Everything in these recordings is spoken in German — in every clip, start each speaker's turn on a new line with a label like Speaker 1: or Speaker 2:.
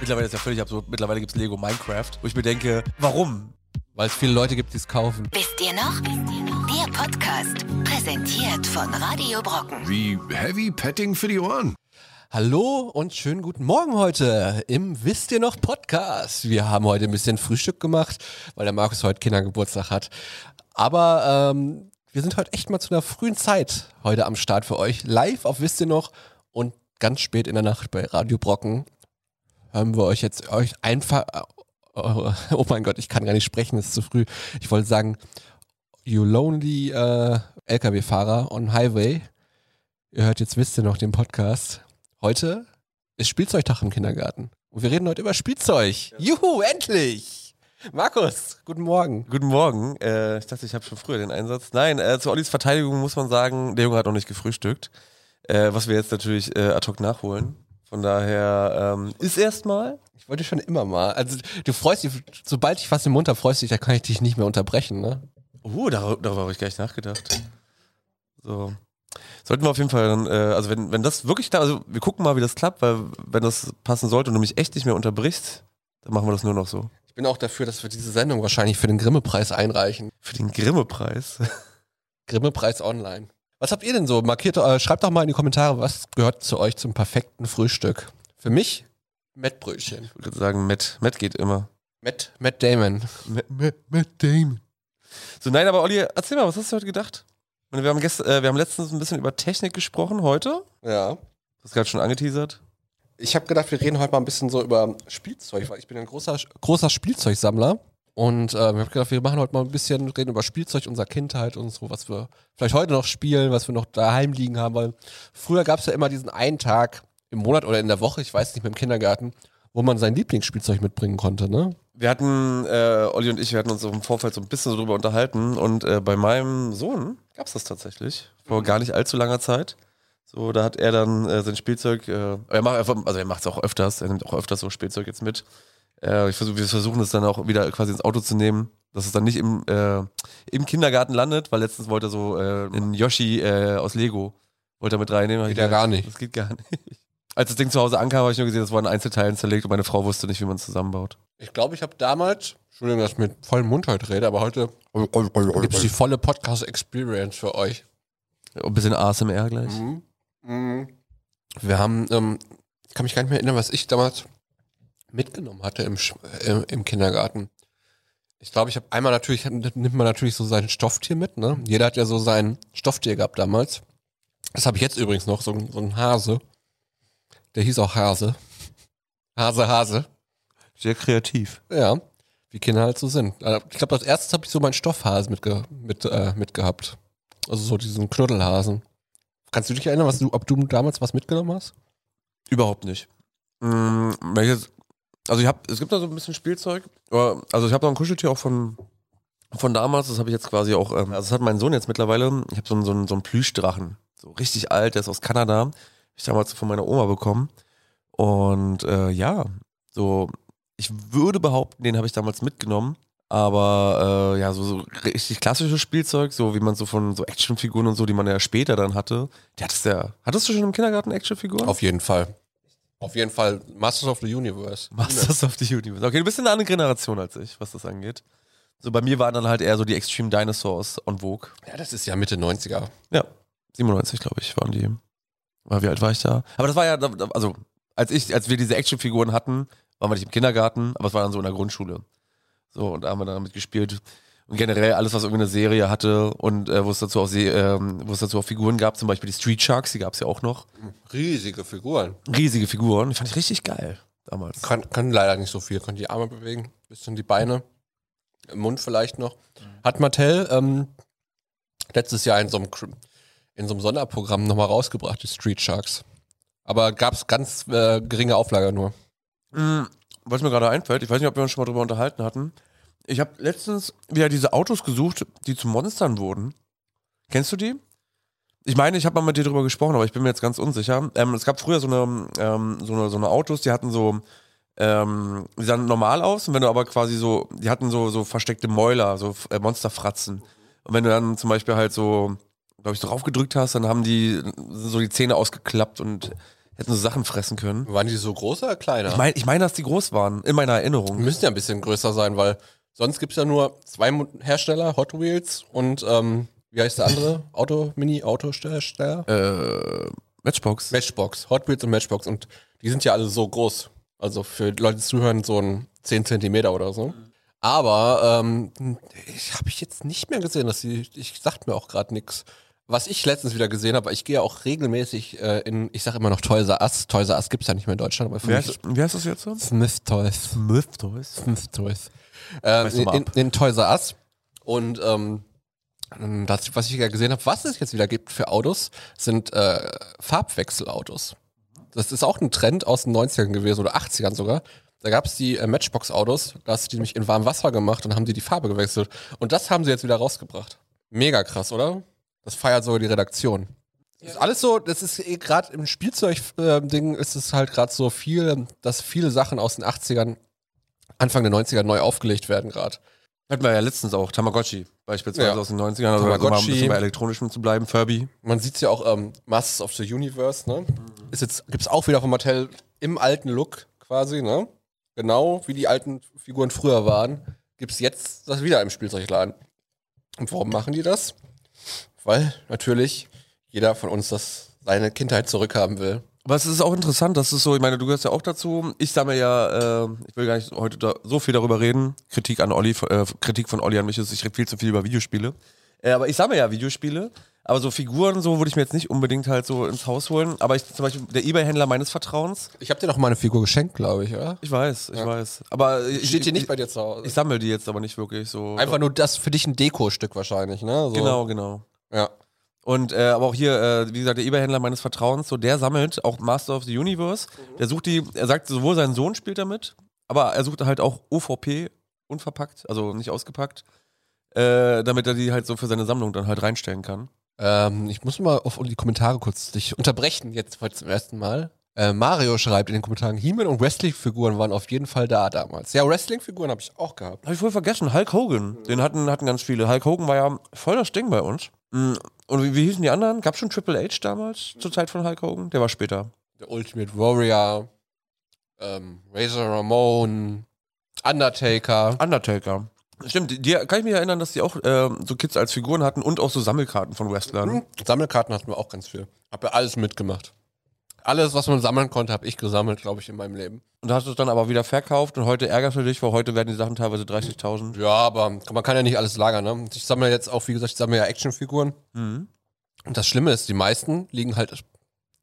Speaker 1: Mittlerweile ist ja völlig absurd. Mittlerweile gibt es Lego Minecraft, wo ich mir denke, warum? Weil es viele Leute gibt, die es kaufen.
Speaker 2: Wisst ihr noch? Der Podcast, präsentiert von Radio Brocken.
Speaker 3: Wie Heavy Petting für die Ohren.
Speaker 1: Hallo und schönen guten Morgen heute im Wisst ihr noch Podcast. Wir haben heute ein bisschen Frühstück gemacht, weil der Markus heute Kindergeburtstag hat. Aber ähm, wir sind heute echt mal zu einer frühen Zeit heute am Start für euch. Live auf Wisst ihr noch und ganz spät in der Nacht bei Radio Brocken hören wir euch jetzt euch einfach. Oh, oh mein Gott, ich kann gar nicht sprechen, es ist zu früh. Ich wollte sagen, you lonely äh, LKW-Fahrer on Highway. Ihr hört jetzt, wisst ihr noch, den Podcast. Heute ist Spielzeugtag im Kindergarten. Und wir reden heute über Spielzeug. Juhu, endlich! Markus, guten Morgen.
Speaker 4: Guten Morgen. Äh, ich dachte, ich habe schon früher den Einsatz. Nein, äh, zu Ollis Verteidigung muss man sagen, der Junge hat noch nicht gefrühstückt. Äh, was wir jetzt natürlich äh, ad hoc nachholen. Von daher ähm, ist erstmal.
Speaker 1: Ich wollte schon immer mal. Also, du freust dich, sobald ich was im Mund habe, freust du dich, da kann ich dich nicht mehr unterbrechen, ne?
Speaker 4: Oh, darüber, darüber habe ich gar nicht nachgedacht. So. Sollten wir auf jeden Fall dann, äh, also wenn, wenn das wirklich klappt, also wir gucken mal, wie das klappt, weil wenn das passen sollte und du mich echt nicht mehr unterbrichst, dann machen wir das nur noch so.
Speaker 1: Ich bin auch dafür, dass wir diese Sendung wahrscheinlich für den Grimme-Preis einreichen.
Speaker 4: Für den Grimme-Preis.
Speaker 1: Grimme-Preis online. Was habt ihr denn so? Markiert, äh, schreibt doch mal in die Kommentare, was gehört zu euch zum perfekten Frühstück? Für mich Mettbrötchen.
Speaker 4: Ich würde sagen, Matt, Matt geht immer.
Speaker 1: Matt, Matt Damon.
Speaker 4: Matt, Matt, Matt Damon. So, nein, aber Olli, erzähl mal, was hast du heute gedacht? Ich meine, Wir haben, gest, äh, wir haben letztens ein bisschen über Technik gesprochen, heute.
Speaker 1: Ja.
Speaker 4: Du hast gerade schon angeteasert.
Speaker 1: Ich habe gedacht, wir reden heute mal ein bisschen so über Spielzeug, weil ich bin ein großer, großer Spielzeugsammler. Und äh, ich habe gedacht, wir machen heute mal ein bisschen, reden über Spielzeug unserer Kindheit und so, was wir vielleicht heute noch spielen, was wir noch daheim liegen haben, weil früher gab es ja immer diesen einen Tag im Monat oder in der Woche, ich weiß nicht mehr im Kindergarten, wo man sein Lieblingsspielzeug mitbringen konnte, ne?
Speaker 4: Wir hatten, äh, Olli und ich, wir hatten uns im Vorfeld so ein bisschen so drüber unterhalten und äh, bei meinem Sohn gab es das tatsächlich
Speaker 1: Mhm.
Speaker 4: vor gar nicht allzu langer Zeit. So, da hat er dann äh, sein Spielzeug, äh, er macht einfach, also er macht es auch öfters, er nimmt auch öfters so Spielzeug jetzt mit. Äh, ich versuch, wir versuchen es dann auch wieder quasi ins Auto zu nehmen, dass es dann nicht im, äh, im Kindergarten landet, weil letztens wollte er so äh, einen Yoshi äh, aus Lego, wollte er mit reinnehmen. Hab ich
Speaker 1: Geht ja
Speaker 4: gedacht,
Speaker 1: gar nicht.
Speaker 4: Das geht gar nicht. Als das Ding zu Hause ankam, habe ich nur gesehen, das waren Einzelteilen zerlegt und meine Frau wusste nicht, wie man es zusammenbaut.
Speaker 1: Ich glaube, ich habe damals, Entschuldigung, dass ich mit vollem Mund heute rede, aber heute gibt es die volle Podcast-Experience für euch.
Speaker 4: Ein bisschen ASMR gleich.
Speaker 1: Mhm. Wir haben, ähm, ich kann mich gar nicht mehr erinnern, was ich damals mitgenommen hatte im, Sch äh, im Kindergarten. Ich glaube, ich habe einmal natürlich, nimmt man natürlich so sein Stofftier mit, ne? Jeder hat ja so sein Stofftier gehabt damals. Das habe ich jetzt übrigens noch, so, ein- so ein Hase. Der hieß auch Hase. Hase, Hase.
Speaker 4: Sehr kreativ.
Speaker 1: Ja, wie Kinder halt so sind. Äh, Ich glaube, als erstes habe ich so meinen Stoffhasen mitge mit, äh, mitgehabt. Also so diesen Knuddelhasen. Kannst du dich erinnern, was du, ob du damals was mitgenommen hast?
Speaker 4: Überhaupt nicht. Mm, welches, also ich habe, es gibt da so ein bisschen Spielzeug. Aber, also ich habe noch ein Kuscheltier auch von, von damals. Das habe ich jetzt quasi auch. Ähm, also das hat mein Sohn jetzt mittlerweile. Ich habe so einen so einen- so einen Plüschdrachen, so richtig alt. Der ist aus Kanada. Hab Ich damals von meiner Oma bekommen. Und äh, ja, so ich würde behaupten, den habe ich damals mitgenommen. Aber äh, ja, so, so richtig klassisches Spielzeug, so wie man so von so Actionfiguren und so, die man ja später dann hatte. Die hattest du ja. Hattest du schon im Kindergarten Actionfiguren?
Speaker 1: Auf jeden Fall. Auf jeden Fall Masters of the Universe.
Speaker 4: Masters of the Universe. Okay, du bist in einer anderen Generation als ich, was das angeht. So bei mir waren dann halt eher so die Extreme Dinosaurs on Vogue.
Speaker 1: Ja, das ist ja Mitte 90er.
Speaker 4: Ja, 97 glaube ich waren die. Weil wie alt war ich da? Aber das war ja, da- da- also als ich, als wir diese Actionfiguren hatten, waren wir nicht im Kindergarten, aber es war dann so in der Grundschule. So und da haben wir dann damit gespielt. Und generell alles, was irgendwie eine Serie hatte und äh, wo es dazu auch Se ähm, wo es dazu auch Figuren gab, zum Beispiel die Street Sharks, die gab es ja auch noch.
Speaker 1: Riesige Figuren.
Speaker 4: Riesige Figuren, die fand ich richtig geil damals.
Speaker 1: Kann, können leider nicht so viel. Können die Arme bewegen, bisschen die Beine, im Mund vielleicht noch. Hat Mattel ähm, letztes Jahr in so einem, Kr- in so einem Sonderprogramm nochmal rausgebracht, die Street Sharks. Aber gab es ganz äh, geringe Auflage nur.
Speaker 4: Mm, Was mir gerade einfällt, ich weiß nicht, ob wir uns schon mal drüber unterhalten hatten. Ich habe letztens wieder diese Autos gesucht, die zu Monstern wurden. Kennst du die? Ich meine, ich habe mal mit dir drüber gesprochen, aber ich bin mir jetzt ganz unsicher. Ähm, es gab früher so eine, ähm, so eine, so eine Autos, die hatten so, ähm, die sahen normal aus und wenn du aber quasi so, die hatten so, so versteckte Mäuler, so äh, Monsterfratzen. Und wenn du dann zum Beispiel halt so, glaube ich, drauf gedrückt hast, dann haben die so die Zähne ausgeklappt und hätten so Sachen fressen können.
Speaker 1: Waren die so groß oder kleiner?
Speaker 4: Ich meine, ich mein, dass die groß waren, in meiner
Speaker 1: Die
Speaker 4: Erinnerung.
Speaker 1: müssen ja ein bisschen größer sein, weil sonst gibt es ja nur zwei Mo- Hersteller, Hot Wheels und ähm, wie heißt der andere? Auto, Mini-Autohersteller?
Speaker 4: Äh, Matchbox.
Speaker 1: Matchbox, Hot Wheels und Matchbox und die sind ja alle so groß. Also für Leute die zuhören, so ein 10 Zentimeter oder so. Aber ähm, ich habe ich jetzt nicht mehr gesehen, dass die, ich sagt mir auch gerade nichts. Was ich letztens wieder gesehen habe, ich gehe ja auch regelmäßig äh, in, ich sage immer noch Toys R Us. Toys R Us gibt es ja nicht mehr in Deutschland, aber für
Speaker 4: Wie
Speaker 1: mich
Speaker 4: heißt, wie heißt das jetzt so?
Speaker 1: Smith Toys.
Speaker 4: Smith Toys.
Speaker 1: Smith Toys. Ähm,
Speaker 4: Weißt du
Speaker 1: in,
Speaker 4: mal
Speaker 1: in,
Speaker 4: ab.
Speaker 1: in Toys R Us. Und ähm, das, was ich ja gesehen habe, was es jetzt wieder gibt für Autos, sind äh, Farbwechselautos. Das ist auch ein Trend aus den 90ern gewesen oder 80ern sogar. Da gab es die äh, Matchbox-Autos, da hast du die nämlich in warmem Wasser gemacht und haben die die Farbe gewechselt. Und das haben sie jetzt wieder rausgebracht. Mega krass, oder? Das feiert sogar die Redaktion. Ist alles so, das ist eh gerade im Spielzeug-Ding ist es halt gerade so viel, dass viele Sachen aus den 80ern Anfang der 90er neu aufgelegt werden gerade.
Speaker 4: Hatten wir ja letztens auch. Tamagotchi beispielsweise
Speaker 1: Ja.
Speaker 4: aus den 90ern. Also Tamagotchi. mal ein
Speaker 1: Tamagotchi.
Speaker 4: bisschen bei elektronischem zu bleiben. Furby.
Speaker 1: Man sieht es ja auch, ähm, Masters of the Universe, ne? Ist jetzt, gibt's auch wieder von Mattel im alten Look quasi, ne? Genau wie die alten Figuren früher waren, gibt's jetzt das wieder im Spielzeugladen. Und warum machen die das? Weil natürlich jeder von uns das seine Kindheit zurückhaben will.
Speaker 4: Aber es ist auch interessant, dass es so, ich meine, du gehörst ja auch dazu. Ich sammle ja, äh, ich will gar nicht heute da so viel darüber reden. Kritik an Olli, äh, Kritik von Olli an mich ist, ich rede viel zu viel über Videospiele. Äh, aber ich sammle ja Videospiele. Aber so Figuren, so würde ich mir jetzt nicht unbedingt halt so ins Haus holen. Aber ich, zum Beispiel der Ebay-Händler meines Vertrauens.
Speaker 1: Ich habe dir doch mal eine Figur geschenkt, glaube ich, oder?
Speaker 4: Ich weiß, ich weiß. Aber ich,
Speaker 1: Steht hier
Speaker 4: ich,
Speaker 1: nicht bei dir zu Hause.
Speaker 4: Ich sammle die jetzt aber nicht wirklich so.
Speaker 1: Einfach nur das für dich ein Dekostück wahrscheinlich, ne? So.
Speaker 4: Genau, genau.
Speaker 1: Ja.
Speaker 4: Und äh, aber auch hier, äh, wie gesagt, der Eberhändler meines Vertrauens, so der sammelt auch Master of the Universe.
Speaker 1: Mhm.
Speaker 4: Der sucht die, er sagt sowohl sein Sohn spielt damit, aber er sucht halt auch OVP unverpackt, also nicht ausgepackt, äh, damit er die halt so für seine Sammlung dann halt reinstellen kann.
Speaker 1: Ähm, ich muss mal auf die Kommentare kurz dich unterbrechen, jetzt heute zum ersten Mal. Äh, Mario schreibt in den Kommentaren, He-Man und Wrestling-Figuren waren auf jeden Fall da damals. Ja, Wrestling-Figuren habe ich auch gehabt.
Speaker 4: Habe ich wohl vergessen, Hulk Hogan.
Speaker 1: Mhm.
Speaker 4: Den hatten, hatten ganz viele. Hulk Hogan war ja voll das Ding bei uns. Mm, Und wie, wie hießen die anderen? Gab schon Triple H damals,
Speaker 1: Mhm.
Speaker 4: zur Zeit von Hulk Hogan? Der war später.
Speaker 1: Der Ultimate Warrior, ähm, Razor Ramon, Undertaker.
Speaker 4: Undertaker. Stimmt, die, die kann ich mich erinnern, dass die auch ähm, so Kids als Figuren hatten und auch so Sammelkarten von Wrestlern.
Speaker 1: Hm, Sammelkarten hatten wir auch ganz viel. Hab ja alles mitgemacht. Alles, was man sammeln konnte, habe ich gesammelt, glaube ich, in meinem Leben.
Speaker 4: Und hast es dann aber wieder verkauft und heute ärgerst du dich, weil heute werden die Sachen teilweise 30.000.
Speaker 1: Ja, aber man kann ja nicht alles lagern, ne? Ich sammle jetzt auch, wie gesagt, ich sammle ja Actionfiguren. Und das Schlimme ist, die meisten liegen halt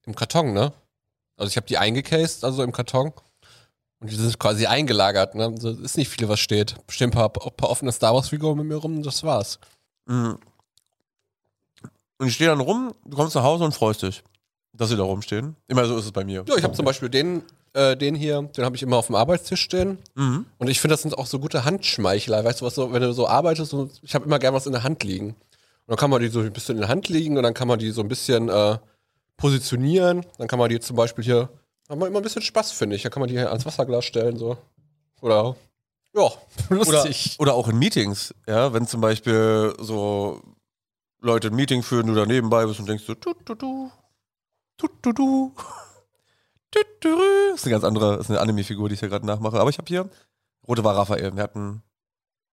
Speaker 1: im Karton, ne? Also ich habe die eingecased, also im Karton. Und die sind quasi eingelagert, ne? Also es ist nicht viel, was steht. Bestimmt ein paar, paar offene Star Wars-Figuren mit mir rum, das war's.
Speaker 4: Mhm. Und ich stehe dann rum, du kommst nach Hause und freust dich, dass sie da rumstehen. Immer so ist es bei mir.
Speaker 1: Ja, ich habe zum Beispiel den, äh, den hier, den habe ich immer auf dem Arbeitstisch stehen.
Speaker 4: Mhm.
Speaker 1: Und ich finde, das sind auch so gute Handschmeichler. Weißt du, was so, wenn du so arbeitest und ich habe immer gern was in der Hand liegen. Und dann kann man die so ein bisschen in der Hand liegen und dann kann man die so ein bisschen äh, positionieren. Dann kann man die zum Beispiel hier, hat man immer ein bisschen Spaß, finde ich. Da kann man die hier ans Wasserglas stellen, so. Oder, ja,
Speaker 4: Oder,
Speaker 1: lustig.
Speaker 4: oder auch in Meetings, ja, wenn zum Beispiel so Leute ein Meeting führen, du da nebenbei bist und denkst so, tut, tut, tut, tut, tut, tut, tut, tut. ist eine ganz andere, ist eine Anime-Figur, die ich hier gerade nachmache. Aber ich habe hier, Rote war Raphael, wir hatten,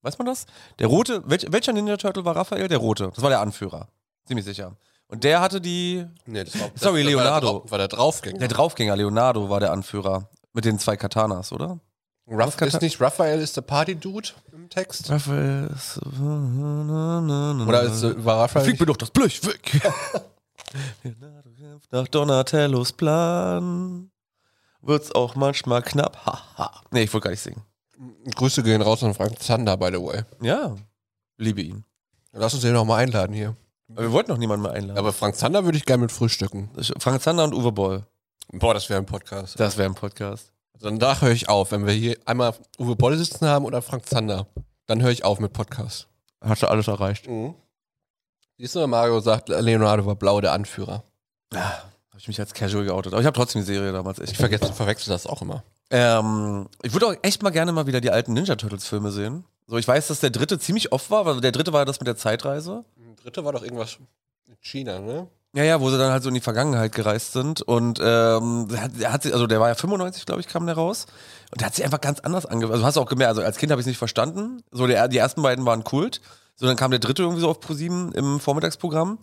Speaker 4: weiß man das? Der Rote, welch, welcher Ninja Turtle war Raphael? Der Rote, das war der Anführer, ziemlich sicher. Und der hatte die,
Speaker 1: Nee, das war, das
Speaker 4: Sorry,
Speaker 1: war der
Speaker 4: Leonardo.
Speaker 1: Drau- War der draufgänger.
Speaker 4: der Draufgänger, Leonardo war der Anführer. Mit den zwei Katanas, oder?
Speaker 1: Ruff ist nicht Raphael, ist der Party-Dude im Text.
Speaker 4: Raphael ist... Oder
Speaker 1: Oder ist, äh, war Raphael.
Speaker 4: Flieg mir doch das Blech weg. Leonardo kämpft Nach Donatellos Plan wird's auch manchmal knapp. Haha. Nee, ich wollte gar nicht singen.
Speaker 1: nicht- Grüße gehen raus an Frank Zander, by the way.
Speaker 4: Ja, liebe ihn.
Speaker 1: Lass uns den nochmal einladen hier.
Speaker 4: Aber wir wollten noch niemanden mehr einladen.
Speaker 1: Aber Frank Zander würde ich gerne mit frühstücken.
Speaker 4: Frank Zander und Uwe Boll,
Speaker 1: Boah, das wäre ein Podcast.
Speaker 4: das wäre ein Podcast.
Speaker 1: Also Dann da höre ich auf, wenn wir hier einmal Uwe Boll sitzen haben oder Frank Zander. Dann höre ich auf mit Podcast.
Speaker 4: Hast du alles erreicht?
Speaker 1: Mhm. Siehst du, Mario sagt, Leonardo war blau, der Anführer.
Speaker 4: Habe ich mich als Casual geoutet. Aber ich habe trotzdem die Serie damals echt.
Speaker 1: Ich vergesse, verwechsel das auch immer.
Speaker 4: Ähm, ich würde auch echt mal gerne mal wieder die alten Ninja Turtles Filme sehen. So, ich weiß, dass der
Speaker 1: Mhm,
Speaker 4: dritte ziemlich oft war, weil der dritte war ja das mit der Zeitreise.
Speaker 1: Dritte war doch irgendwas mit China, ne?
Speaker 4: Ja, ja, wo sie dann halt so in die Vergangenheit gereist sind. Und ähm, der hat, der hat sie, also der war ja 95, glaube ich, kam der raus. Und der hat sich einfach ganz anders angefangen. Also hast du auch gemerkt, also als Kind habe ich es nicht verstanden. So, der, die ersten beiden waren Kult. So, dann kam der dritte irgendwie so auf ProSieben im Vormittagsprogramm.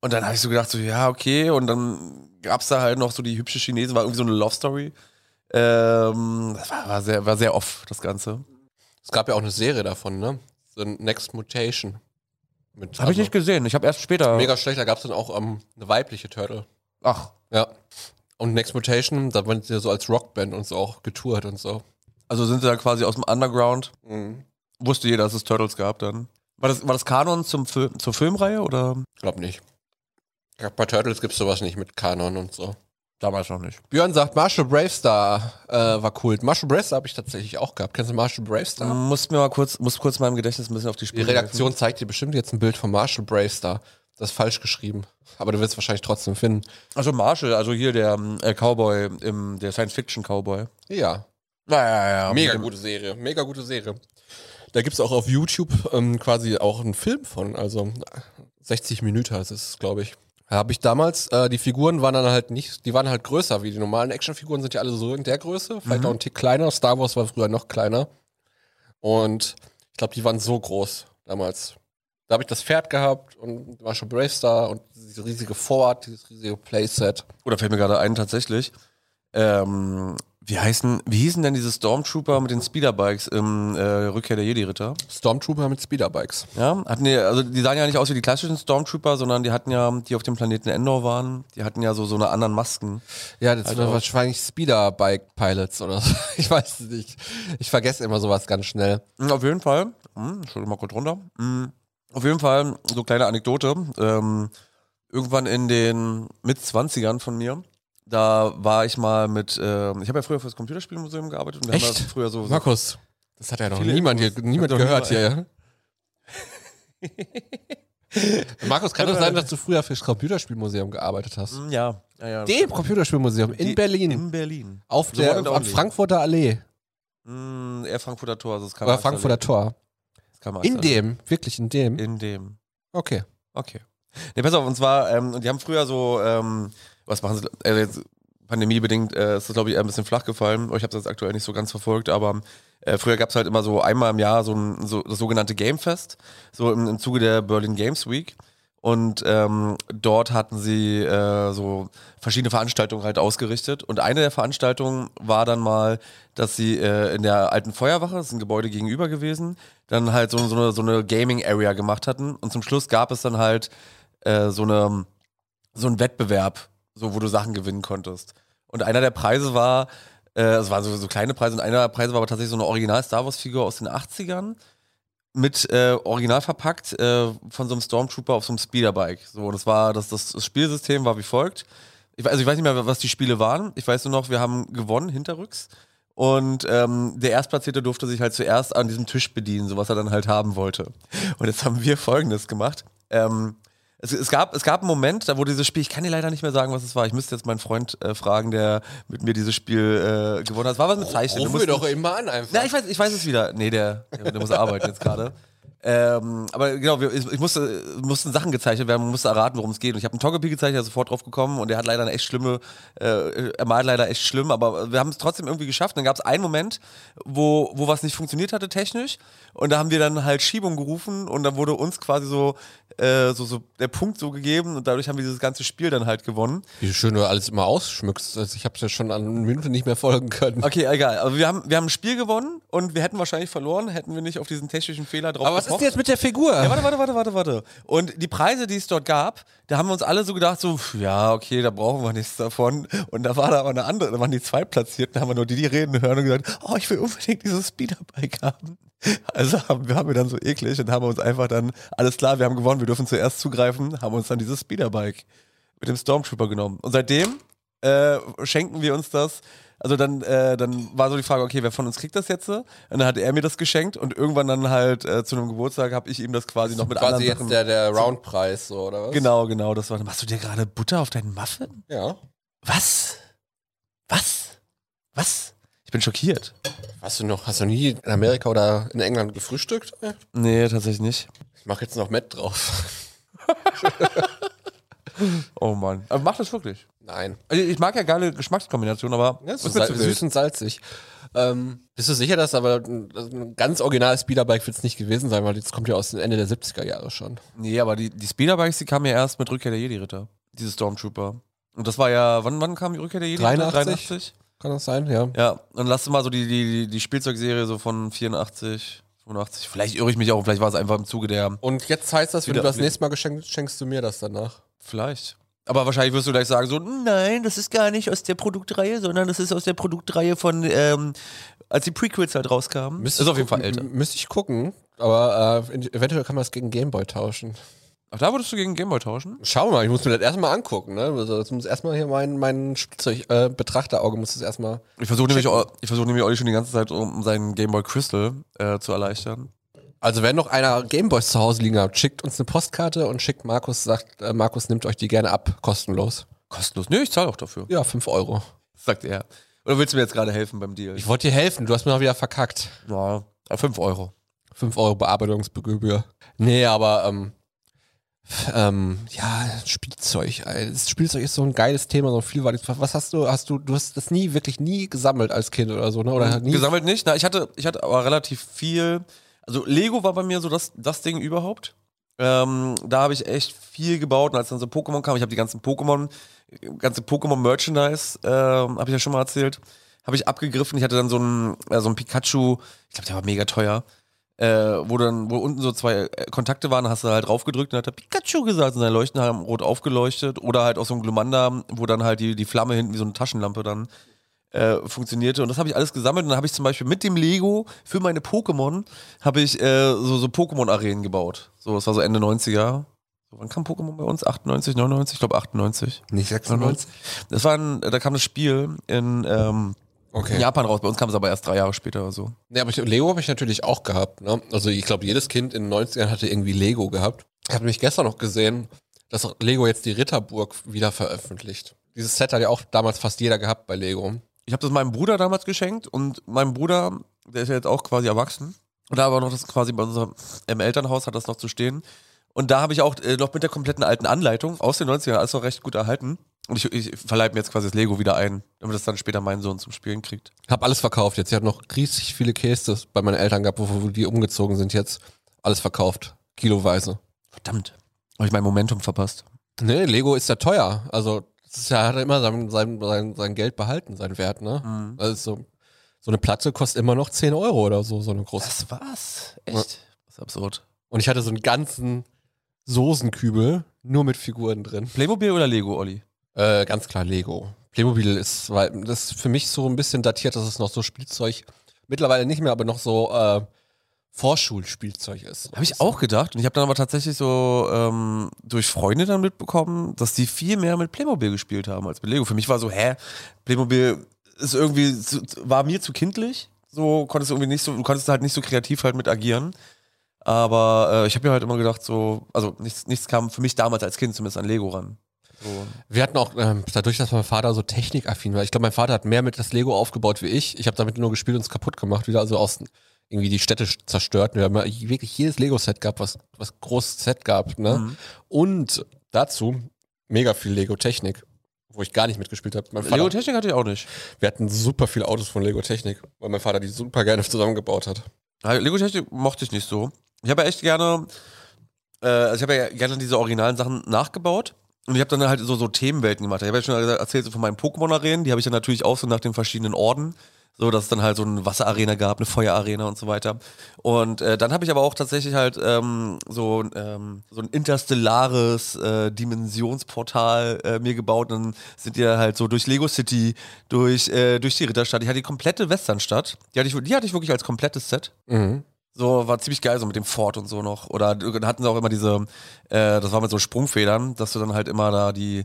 Speaker 4: Und dann habe ich so gedacht, so, ja, okay. Und dann gab es da halt noch so die hübsche Chinesin, war irgendwie so eine Love Story. Ähm, das war, war, sehr, war sehr off, das Ganze.
Speaker 1: Es gab ja auch eine Serie davon, ne? So ein Next Mutation. Mit-
Speaker 4: Habe ich
Speaker 1: also,
Speaker 4: nicht gesehen. Ich habe erst später.
Speaker 1: Mega schlecht, da gab es dann auch ähm, eine weibliche Turtle.
Speaker 4: Ach,
Speaker 1: Ja. Und Next Mutation, da waren sie ja so als Rockband und so auch getourt und so.
Speaker 4: Also sind sie da quasi aus dem Underground.
Speaker 1: Mhm.
Speaker 4: Wusste jeder, dass es Turtles gab dann. War das, war das Kanon zum Fil zur Filmreihe oder?
Speaker 1: Glaub nicht. Ich glaub, Bei Turtles gibt's sowas nicht mit Kanon und so.
Speaker 4: Damals noch nicht.
Speaker 1: Björn sagt, Marshall Bravestar äh, war cool. Marshall Bravestar habe ich tatsächlich auch gehabt. Kennst du Marshall Bravestar?
Speaker 4: Muss mir mal kurz, muss kurz meinem Gedächtnis ein bisschen auf die Spur
Speaker 1: Die Redaktion zeigt dir bestimmt jetzt ein Bild von Marshall Bravestar. Das ist falsch geschrieben. Aber du wirst es wahrscheinlich trotzdem finden.
Speaker 4: Also Marshall, also hier der ähm, äh, Cowboy, im, der Science-Fiction-Cowboy.
Speaker 1: Ja.
Speaker 4: Naja, ja.
Speaker 1: Mega gute Serie. Mega gute Serie. Da gibt's auch auf YouTube ähm, quasi auch einen Film von. Also 60 Minuten ist es, glaube ich. Habe ich damals, äh, die Figuren waren dann halt nicht, die waren halt größer, wie die normalen Actionfiguren sind ja alle so in der Größe, vielleicht auch ein Tick kleiner. Star Wars war früher noch kleiner. Und ich glaube, die waren so groß damals. Da habe ich das Pferd gehabt und war schon Brave Star und diese riesige Vorart, dieses riesige Playset.
Speaker 4: Oder fällt mir gerade ein tatsächlich. Ähm, wie heißen, wie hießen denn diese Stormtrooper mit den Speederbikes im äh, Rückkehr der Jedi-Ritter?
Speaker 1: Stormtrooper mit Speederbikes.
Speaker 4: Ja, hatten die, also die sahen ja nicht aus wie die klassischen Stormtrooper, sondern die hatten ja, die auf dem Planeten Endor waren, die hatten ja so, so eine anderen Masken.
Speaker 1: Ja, das
Speaker 4: Also-
Speaker 1: sind wahrscheinlich Speederbike-Pilots oder so. Ich weiß es nicht. Ich vergesse immer sowas ganz schnell.
Speaker 4: Mhm, Auf jeden Fall, hm, ich schau mal kurz runter. Mhm. Auf jeden Fall, so kleine Anekdote. Ähm, irgendwann in den Mitzwanzigern von mir, da war ich mal mit, ähm, ich habe ja früher fürs Computerspielmuseum gearbeitet und wir haben
Speaker 1: Echt?
Speaker 4: ja früher so, so
Speaker 1: Markus, das hat ja noch
Speaker 4: Viele
Speaker 1: niemand, hier,
Speaker 4: Infos.
Speaker 1: niemand
Speaker 4: Hat doch
Speaker 1: gehört hier.
Speaker 4: niemand-
Speaker 1: Markus, kann doch sein, dass du früher fürs Computerspielmuseum gearbeitet hast.
Speaker 4: Hm, ja, ja, ja.
Speaker 1: Dem Computerspielmuseum in
Speaker 4: Die-
Speaker 1: Berlin.
Speaker 4: In Berlin.
Speaker 1: Auf
Speaker 4: The
Speaker 1: der
Speaker 4: one and
Speaker 1: am
Speaker 4: only.
Speaker 1: Frankfurter Allee
Speaker 4: Hm, eher Frankfurter Tor, also das kann
Speaker 1: oder Frankfurter Tor.
Speaker 4: Tor.
Speaker 1: In dem, wirklich in dem.
Speaker 4: In dem.
Speaker 1: Okay.
Speaker 4: Okay. Nee, pass auf, und zwar, ähm, und die haben früher so, ähm, was machen sie, also jetzt pandemiebedingt äh, ist das, glaube ich, eher ein bisschen flach gefallen. Ich habe das aktuell nicht so ganz verfolgt, aber äh, früher gab es halt immer so einmal im Jahr so, ein, so das sogenannte Gamefest, so im, im Zuge der Berlin Games Week. Und ähm, dort hatten sie äh, so verschiedene Veranstaltungen halt ausgerichtet. Und eine der Veranstaltungen war dann mal, dass sie äh, in der alten Feuerwache, das ist ein Gebäude gegenüber gewesen, dann halt so, so eine, so eine Gaming-Area gemacht hatten. Und zum Schluss gab es dann halt äh, so eine so ein Wettbewerb, so wo du Sachen gewinnen konntest. Und einer der Preise war, äh, es waren so, so kleine Preise, und einer der Preise war aber tatsächlich so eine original Star Wars Figur aus den 80ern mit äh, original verpackt äh, von so einem Stormtrooper auf so einem Speederbike. So, und das war das, das, das Spielsystem war wie folgt. Ich, we- also ich weiß nicht mehr, was die Spiele waren. Ich weiß nur noch, wir haben gewonnen hinterrücks. Und ähm, der Erstplatzierte durfte sich halt zuerst an diesem Tisch bedienen, so was er dann halt haben wollte. Und jetzt haben wir Folgendes gemacht. Ähm, es, es, gab, es gab einen Moment, da wurde dieses Spiel, ich kann dir leider nicht mehr sagen, was es war. Ich müsste jetzt meinen Freund äh, fragen, der mit mir dieses Spiel äh, gewonnen hat. Es war was mit Zeichen. Du
Speaker 1: Rufen wir
Speaker 4: musst-
Speaker 1: doch immer an einfach.
Speaker 4: na, ich weiß, ich weiß es wieder. Nee, der, der, der muss arbeiten jetzt gerade. Ähm, aber genau, wir, ich, ich musste, mussten Sachen gezeichnet werden, man musste erraten, worum es geht. Und ich habe einen Togepi gezeichnet, der ist sofort drauf gekommen und der hat leider eine echt schlimme, äh, er malt leider echt schlimm, aber wir haben es trotzdem irgendwie geschafft. Und dann gab es einen Moment, wo, wo was nicht funktioniert hatte technisch und da haben wir dann halt Schiebung gerufen und dann wurde uns quasi so, äh, so, so der Punkt so gegeben und dadurch haben wir dieses ganze Spiel dann halt gewonnen.
Speaker 1: Wie schön du alles immer ausschmückst. Also ich habe es ja schon an eine Minute nicht mehr folgen können.
Speaker 4: Okay, egal. Aber wir haben, wir haben ein Spiel gewonnen und wir hätten wahrscheinlich verloren, hätten wir nicht auf diesen technischen Fehler drauf
Speaker 1: Aber was ist
Speaker 4: gepocht.
Speaker 1: denn jetzt mit der Figur?
Speaker 4: Ja, warte, warte, warte, warte, warte. Und die Preise, die es dort gab, da haben wir uns alle so gedacht, so, pf, ja, okay, da brauchen wir nichts davon. Und da war da aber eine andere, da waren die Zweitplatzierten, da haben wir nur die, die reden hören und gesagt, oh, ich will unbedingt dieses Speederbike haben. Also haben, wir haben wir dann so eklig und haben uns einfach dann, alles klar, wir haben gewonnen, wir dürfen zuerst zugreifen, haben uns dann dieses Speederbike mit dem Stormtrooper genommen. Und seitdem äh, schenken wir uns das. Also dann, äh, dann war so die Frage, okay, wer von uns kriegt das jetzt? Und dann hat er mir das geschenkt und irgendwann dann halt äh, zu einem Geburtstag habe ich ihm das quasi noch mit
Speaker 1: Quasi
Speaker 4: anderen
Speaker 1: jetzt
Speaker 4: Sachen.
Speaker 1: der, der Roundpreis, so, oder was?
Speaker 4: genau, genau, das war. Machst du dir gerade Butter auf deinen Muffin?
Speaker 1: Ja.
Speaker 4: Was? Was? Was? Ich bin schockiert.
Speaker 1: Hast du noch, hast du nie in Amerika oder in England gefrühstückt?
Speaker 4: Nee, tatsächlich nicht.
Speaker 1: Ich mache jetzt noch Matt drauf.
Speaker 4: Oh Mann. Aber mach das wirklich.
Speaker 1: Nein.
Speaker 4: Also Ich mag ja geile Geschmackskombinationen, aber
Speaker 1: Ja, es ist
Speaker 4: mir
Speaker 1: sal
Speaker 4: zu wild.
Speaker 1: süß und salzig. Ähm, bist du sicher, dass aber ein, ein ganz originales Speederbike wird es nicht gewesen sein, weil jetzt kommt ja aus dem Ende der 70er Jahre schon.
Speaker 4: Nee, aber die, die Speederbikes, die kamen ja erst mit Rückkehr der Jedi-Ritter. Diese Stormtrooper. Und das war ja, wann, wann kam die Rückkehr der Jedi-Ritter?
Speaker 1: 83? Kann das sein? Ja.
Speaker 4: Ja, dann lass mal so die, die, die Spielzeugserie so von 84, 85. Vielleicht irre ich mich auch, vielleicht war es einfach im Zuge der.
Speaker 1: Und jetzt heißt das, wenn
Speaker 4: Wieder
Speaker 1: du das
Speaker 4: ablegen.
Speaker 1: nächste Mal geschenkst, schenkst du mir das danach.
Speaker 4: Vielleicht. Aber wahrscheinlich wirst du gleich sagen, so, nein, das ist gar nicht aus der Produktreihe, sondern das ist aus der Produktreihe von, ähm, als die Prequels halt rauskamen.
Speaker 1: Müsste ich gucken- m- Müsste ich gucken, aber äh, in- eventuell kann man das gegen Gameboy tauschen.
Speaker 4: Ach, da würdest du gegen Gameboy tauschen?
Speaker 1: Schau mal, ich muss mir das erstmal angucken. Ne? Also das muss erstmal hier mein, mein Spielzeug, äh, Betrachterauge muss das erstmal.
Speaker 4: Ich versuche nämlich, ich versuche nämlich Olli schon die ganze Zeit, um seinen Gameboy Crystal äh, zu erleichtern.
Speaker 1: Also wenn noch einer Gameboys zu Hause liegen hat, schickt uns eine Postkarte und schickt Markus, sagt, äh, Markus nimmt euch die gerne ab, kostenlos.
Speaker 4: Kostenlos. Nö, ich zahle auch dafür.
Speaker 1: Ja, 5 Euro.
Speaker 4: Sagt er. Oder willst du mir jetzt gerade helfen beim Deal?
Speaker 1: Ich wollte dir helfen, du hast mir noch wieder verkackt.
Speaker 4: ja, 5 Euro.
Speaker 1: 5 Euro Bearbeitungsgebühr. Nee, aber ähm, ähm, ja, Spielzeug. ey. Das Spielzeug ist so ein geiles Thema, so viel war Was hast du, hast du, du hast das nie, wirklich nie gesammelt als Kind oder so, ne? Oder nie?
Speaker 4: Hm, Gesammelt nicht? Na, ich hatte, ich hatte aber relativ viel. Also Lego war bei mir so das, das Ding überhaupt. Ähm, da habe ich echt viel gebaut und als dann so Pokémon kam, ich habe die ganzen Pokémon, ganze Pokémon-Merchandise, ähm, habe ich ja schon mal erzählt, habe ich abgegriffen. Ich hatte dann so einen, äh, so einen Pikachu, ich glaube, der war mega teuer, äh, wo dann, wo unten so zwei äh, Kontakte waren, hast du halt draufgedrückt und hat er Pikachu gesagt und seine Leuchten haben rot aufgeleuchtet oder halt auch so ein Glumanda, wo dann halt die, die Flamme hinten wie so eine Taschenlampe dann äh, funktionierte. Und das habe ich alles gesammelt. Und dann habe ich zum Beispiel mit dem Lego für meine Pokémon habe ich äh, so, so Pokémon-Arenen gebaut. So, das war so Ende 90er. So, wann kam Pokémon bei uns? 98, 99? Ich glaube 98.
Speaker 1: Nicht 96?
Speaker 4: Das war ein, da kam das Spiel in, ähm,
Speaker 1: Okay.
Speaker 4: in Japan raus. Bei uns kam es aber erst drei Jahre später oder so.
Speaker 1: Nee, aber ich, Lego habe ich natürlich auch gehabt. Ne? Also ich glaube, jedes Kind in den 90ern hatte irgendwie Lego gehabt. Ich habe nämlich gestern noch gesehen, dass Lego jetzt die Ritterburg wieder veröffentlicht. Dieses Set hat ja auch damals fast jeder gehabt bei Lego.
Speaker 4: Ich habe das meinem Bruder damals geschenkt und mein Bruder, der ist ja jetzt auch quasi erwachsen. Und da aber noch das quasi bei unserem im Elternhaus hat das noch zu stehen. Und da habe ich auch äh, noch mit der kompletten alten Anleitung aus den 90ern alles noch recht gut erhalten. Und ich, ich verleibe mir jetzt quasi das Lego wieder ein, damit das dann später mein Sohn zum Spielen kriegt.
Speaker 1: Hab alles verkauft jetzt. Ich habe noch riesig viele Kästes bei meinen Eltern gehabt, wo wo die umgezogen sind jetzt. Alles verkauft. Kiloweise.
Speaker 4: Verdammt. Habe ich mein Momentum verpasst.
Speaker 1: Nee, ne, Lego ist ja teuer. Also das ist ja, hat er immer sein, sein, sein, sein Geld behalten, seinen Wert. Ne? Also so, so eine Platte kostet immer noch 10 Euro oder so, so eine große.
Speaker 4: Das war's. Echt? Das ist absurd.
Speaker 1: Und ich hatte so einen ganzen Soßenkübel, nur mit Figuren drin.
Speaker 4: Playmobil oder Lego, Olli?
Speaker 1: Äh, ganz klar Lego. Playmobil ist, weil das ist für mich so ein bisschen datiert, dass es noch so Spielzeug, mittlerweile nicht mehr, aber noch so äh, Vorschulspielzeug ist.
Speaker 4: Habe ich auch gedacht. Und ich habe dann aber tatsächlich so ähm, durch Freunde dann mitbekommen, dass die viel mehr mit Playmobil gespielt haben als mit Lego. Für mich war so, hä, Playmobil ist irgendwie, zu, war mir zu kindlich. So konntest du irgendwie nicht so, du konntest halt nicht so kreativ halt mit agieren. Aber äh, ich habe mir halt immer gedacht, so, also nichts, nichts kam für mich damals als Kind zumindest an Lego ran. So.
Speaker 1: Wir hatten auch, ähm, dadurch, dass mein Vater so technikaffin war, ich glaube, mein Vater hat mehr mit das Lego aufgebaut wie ich. Ich habe damit nur gespielt und es kaputt gemacht, wieder also aus irgendwie die Städte sch- zerstört. Wir haben ja wirklich jedes Lego-Set gehabt, was, was großes Set gab. Ne?
Speaker 4: Mhm.
Speaker 1: Und dazu mega viel Lego-Technik, wo ich gar nicht mitgespielt habe. Mein Vater-
Speaker 4: Lego Technik hatte ich auch nicht.
Speaker 1: Wir hatten super viele Autos von Lego Technik, weil mein Vater die super gerne zusammengebaut hat.
Speaker 4: Ja, Äh, Lego Technik mochte ich nicht so. Ich habe ja echt gerne, äh, also ich habe ja gerne diese originalen Sachen nachgebaut. Und ich habe dann halt so, so Themenwelten gemacht. Ich habe ja schon erzählt so von meinen Pokémon-Arenen. Die habe ich dann natürlich auch so nach den verschiedenen Orden. So, dass es dann halt so eine Wasserarena gab, eine Feuerarena und so weiter. Und äh, dann habe ich aber auch tatsächlich halt ähm, so, ähm, so ein interstellares äh, Dimensionsportal äh, mir gebaut. Und dann sind wir halt so durch Lego City, durch, äh, durch die Ritterstadt. Ich hatte die komplette Westernstadt. Die hatte ich, die hatte ich wirklich als komplettes Set. So, war ziemlich geil, so mit dem Ford und so noch. Oder dann hatten sie auch immer diese, äh, das war mit so Sprungfedern, dass du dann halt immer da die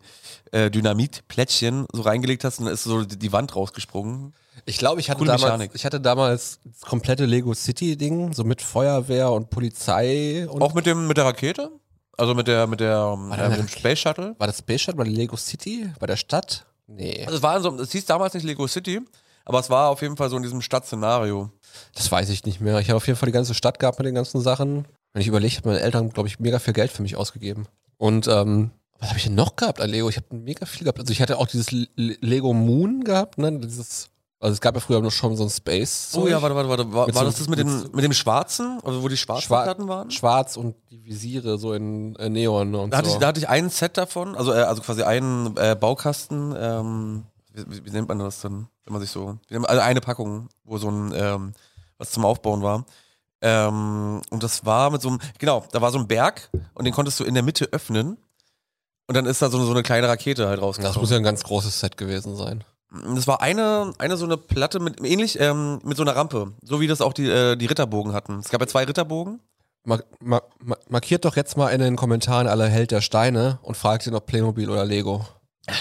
Speaker 4: äh, Dynamitplättchen so reingelegt hast und dann ist so die, die Wand rausgesprungen.
Speaker 1: Ich glaube, ich hatte
Speaker 4: Coole
Speaker 1: damals,
Speaker 4: Mechanik.
Speaker 1: ich hatte damals das komplette Lego City Ding, so mit Feuerwehr und Polizei und
Speaker 4: Auch mit dem, mit der Rakete? Also mit der, mit der,
Speaker 1: da
Speaker 4: äh,
Speaker 1: eine
Speaker 4: mit dem Space Shuttle?
Speaker 1: war das Space Shuttle bei Lego City bei der Stadt? Nee,
Speaker 4: Also es war in so, es hieß damals nicht Lego City, aber es war auf jeden Fall so in diesem Stadtszenario.
Speaker 1: das weiß ich nicht mehr. Ich habe auf jeden Fall die ganze Stadt gehabt mit den ganzen Sachen. Wenn ich überlege, haben meine Eltern, glaube ich, mega viel Geld für mich ausgegeben. Und ähm, Was habe ich denn noch gehabt an Lego? Ich habe mega viel gehabt. Also ich hatte auch dieses Le- Le- Lego Moon gehabt, ne? Dieses, also es gab ja früher noch schon so ein Space.
Speaker 4: Oh ja, warte, warte, warte. War,
Speaker 1: Mit
Speaker 4: war
Speaker 1: so-
Speaker 4: das das mit dem, mit dem Schwarzen? Also wo die schwarzen
Speaker 1: Schwarz,
Speaker 4: Platten waren?
Speaker 1: Schwarz und die Visiere so in äh, Neon und
Speaker 4: Da hatte,
Speaker 1: so.
Speaker 4: ich, da hatte ich ein Set davon, also, äh, also quasi einen äh, Baukasten. Ähm, wie, wie- wie nennt man das denn, wenn man sich so. wie nennt man- Also eine Packung, wo so ein ähm, was zum Aufbauen war. Ähm, und das war mit so einem, genau, da war so ein Berg und den konntest du in der Mitte öffnen. Und dann ist da so eine, so eine kleine Rakete halt rausgekommen.
Speaker 1: das muss ja ein ganz großes Set gewesen sein.
Speaker 4: Das war eine, eine so eine Platte mit ähnlich ähm, mit so einer Rampe, so wie das auch die, äh, die Ritterbogen hatten. Es gab ja zwei Ritterbogen.
Speaker 1: Mar mar mar- markiert doch jetzt mal in den Kommentaren alle Held der Steine und fragt ihn, ob Playmobil oder Lego.
Speaker 4: Ein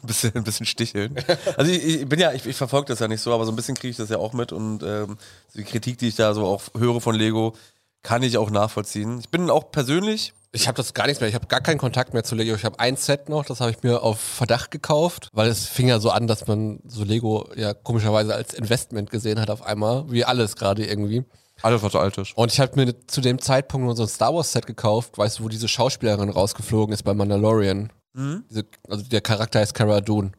Speaker 4: bisschen, ein bisschen sticheln. Also ich, ich bin ja, ich, ich verfolge das ja nicht so, aber so ein bisschen kriege ich das ja auch mit und ähm, die Kritik, die ich da so auch höre von Lego, kann ich auch nachvollziehen. Ich bin auch persönlich,
Speaker 1: Ich habe das gar nichts mehr. Ich habe gar keinen Kontakt mehr zu Lego. Ich habe ein Set noch, das habe ich mir auf Verdacht gekauft, weil es fing ja so an, dass man so Lego ja komischerweise als Investment gesehen hat auf einmal, wie alles gerade irgendwie.
Speaker 4: alles was altisch.
Speaker 1: Und ich habe mir zu dem Zeitpunkt nur so ein Star Wars Set gekauft, weißt du, wo diese Schauspielerin rausgeflogen ist bei Mandalorian.
Speaker 4: Mhm.
Speaker 1: Diese, also der Charakter heißt Cara Dune.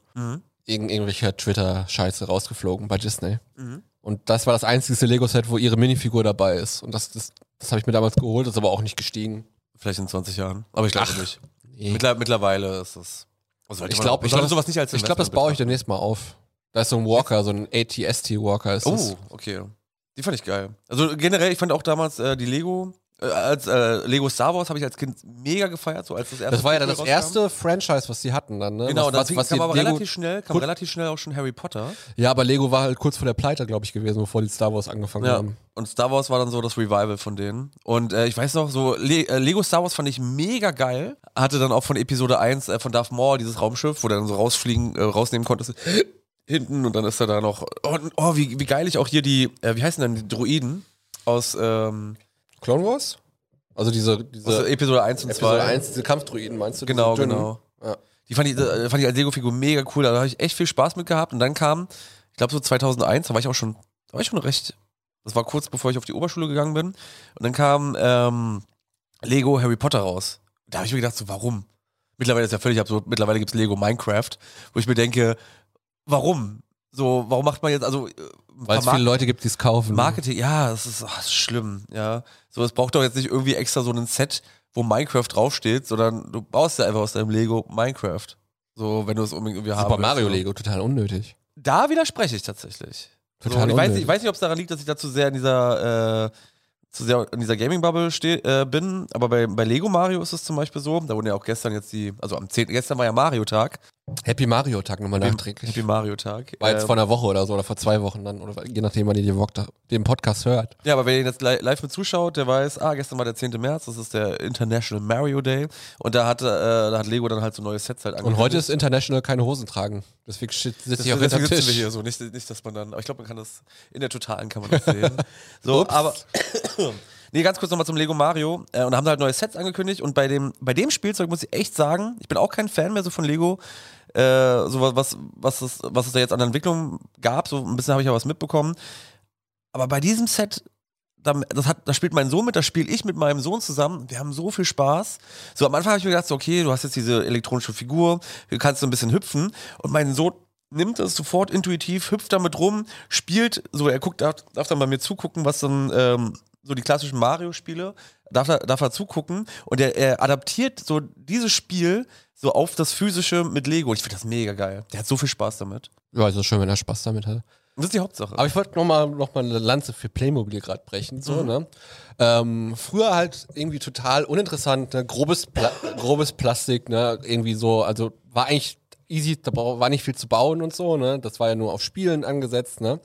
Speaker 1: Irgend, irgendwelcher Twitter-Scheiße rausgeflogen bei Disney.
Speaker 4: Mhm.
Speaker 1: Und das war das einzige Lego-Set, wo ihre Minifigur dabei ist. Und das, das, das habe ich mir damals geholt, ist aber auch nicht gestiegen.
Speaker 4: Vielleicht in 20 Jahren, aber ich glaube nicht.
Speaker 1: Nee.
Speaker 4: Mittler, mittlerweile ist das. Also
Speaker 1: Ich glaube, ich
Speaker 4: glaube
Speaker 1: glaube,
Speaker 4: sowas nicht als
Speaker 1: Ich glaube, das
Speaker 4: Investment
Speaker 1: baue ich demnächst mal auf. Da ist so ein Walker, so ein ATST-Walker ist das.
Speaker 4: Oh, okay. Die fand ich geil. Also generell, ich fand auch damals äh, die Lego, äh, als äh, Lego Star Wars habe ich als Kind mega gefeiert, so als das erste.
Speaker 1: Das war ja dann das
Speaker 4: Spiel rauskam.
Speaker 1: erste Franchise, was sie hatten dann, ne?
Speaker 4: Genau,
Speaker 1: was,
Speaker 4: dann
Speaker 1: was, was
Speaker 4: kam
Speaker 1: die
Speaker 4: aber
Speaker 1: Lego,
Speaker 4: relativ schnell, kam
Speaker 1: Gut.
Speaker 4: relativ schnell auch schon Harry Potter.
Speaker 1: Ja, aber Lego war halt kurz vor der Pleite, glaube ich, gewesen, bevor die Star Wars angefangen
Speaker 4: Ja.
Speaker 1: haben.
Speaker 4: Und Star Wars war dann so das Revival von denen. Und äh, ich weiß noch, so Le äh, Lego Star Wars fand ich mega geil. Hatte dann auch von Episode 1 äh, von Darth Maul dieses Raumschiff, wo du dann so rausfliegen, äh, rausnehmen konntest. Hinten und dann ist er da noch. Oh, oh wie, wie geil ich auch hier die, äh, wie heißen denn die Droiden aus, ähm,
Speaker 1: Clone Wars? Also diese, diese
Speaker 4: aus Episode 1 und 2.
Speaker 1: Episode 1, diese Kampfdruiden, meinst du? Diese
Speaker 4: Genau,
Speaker 1: dünnen?
Speaker 4: genau.
Speaker 1: Ja.
Speaker 4: Die fand ich, äh, fand ich als Lego-Figur mega cool. Da habe ich echt viel Spaß mit gehabt. Und dann kam, ich glaube so 2001, da war ich auch schon, da war ich schon recht, das war kurz bevor ich auf die Oberschule gegangen bin. Und dann kam ähm, Lego Harry Potter raus. Da habe ich mir gedacht, so warum? Mittlerweile ist ja völlig absurd. Mittlerweile gibt es Lego Minecraft, wo ich mir denke, warum? So, warum macht man jetzt, also äh,
Speaker 1: Weil es
Speaker 4: vermarkt-
Speaker 1: viele Leute gibt, die es kaufen.
Speaker 4: Marketing, ja, das ist, ach, das ist schlimm, ja. So, es braucht doch jetzt nicht irgendwie extra so ein Set, wo Minecraft draufsteht, sondern du baust ja einfach aus deinem Lego Minecraft. So, wenn du es unbedingt irgendwie haben
Speaker 1: Super Mario
Speaker 4: willst.
Speaker 1: Lego, total unnötig.
Speaker 4: Da widerspreche ich tatsächlich.
Speaker 1: Total
Speaker 4: so, ich, weiß,
Speaker 1: unnötig.
Speaker 4: nicht- ich weiß nicht, ob es daran liegt, dass ich da zu sehr in dieser, äh, zu sehr in dieser Gaming-Bubble steh- äh, bin, aber bei, bei Lego Mario ist es zum Beispiel so, da wurden ja auch gestern jetzt die, also am 10., gestern war ja Mario-Tag.
Speaker 1: Happy Mario Tag nochmal nachträglich.
Speaker 4: Happy Mario-Tag.
Speaker 1: war jetzt
Speaker 4: Ähm,
Speaker 1: vor einer Woche oder so oder vor zwei Wochen dann, oder je nachdem, wann ihr den Wok- den Podcast hört.
Speaker 4: Ja, aber wer den jetzt li- live mit zuschaut, der weiß, ah, gestern war der 10. März, das ist der International Mario Day. Und da hat, äh, da hat Lego dann halt so neue Sets halt
Speaker 1: Und heute ist International keine Hosen tragen. Deswegen sitze ich
Speaker 4: deswegen,
Speaker 1: auch hinter
Speaker 4: deswegen
Speaker 1: Tisch.
Speaker 4: sitzen wir hier so, nicht, nicht, dass man dann, aber ich glaube, man kann das, in der Totalen kann man das sehen. so,
Speaker 1: Ups.
Speaker 4: aber, nee, ganz kurz nochmal zum Lego Mario. Äh, und da haben sie halt neue Sets angekündigt und bei dem, bei dem Spielzeug muss ich echt sagen, ich bin auch kein Fan mehr so von Lego, äh, so was, was, was, es, was es da jetzt an Entwicklung gab, so ein bisschen habe ich ja was mitbekommen. Aber bei diesem Set, da, das hat, da spielt mein Sohn mit, da spiele ich mit meinem Sohn zusammen. Wir haben so viel Spaß. So am Anfang habe ich mir gedacht, so, okay, du hast jetzt diese elektronische Figur, du kannst so ein bisschen hüpfen. Und mein Sohn nimmt es sofort intuitiv, hüpft damit rum, spielt, so er guckt, darf, darf dann bei mir zugucken, was dann ähm, so die klassischen Mario-Spiele, darf er, darf er zugucken. Und er, er adaptiert so dieses Spiel so auf das Physische mit Lego. Ich finde das mega geil. Der hat so viel Spaß damit.
Speaker 1: Ja, also schön, wenn er Spaß damit hat.
Speaker 4: Und das ist die Hauptsache.
Speaker 1: Aber ich wollte nochmal noch mal eine Lanze für Playmobil gerade brechen. So,
Speaker 4: Mhm.
Speaker 1: ne? ähm, früher halt irgendwie total uninteressant, ne? grobes, Pla grobes Plastik, ne? irgendwie so, also war eigentlich easy, da bra- war nicht viel zu bauen und so, ne? das war ja nur auf Spielen angesetzt. Ne?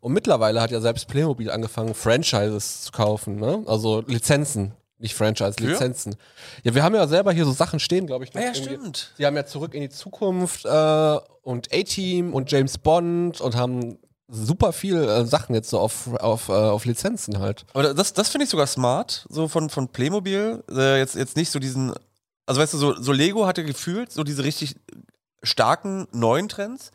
Speaker 1: Und mittlerweile hat ja selbst Playmobil angefangen, Franchises zu kaufen, ne? also Lizenzen. Nicht Franchise, Lizenzen. Ja, wir haben ja selber hier so Sachen stehen, glaube ich. noch
Speaker 4: Ah ja,
Speaker 1: irgendwie.
Speaker 4: stimmt.
Speaker 1: Sie haben ja zurück in die Zukunft äh, und A-Team und James Bond und haben super viel äh, Sachen jetzt so auf, auf, äh, auf Lizenzen halt.
Speaker 4: Aber das, das finde ich sogar smart, so von, von Playmobil. Äh, jetzt, jetzt nicht so diesen. Also weißt du, so, so Lego hatte gefühlt so diese richtig starken neuen Trends.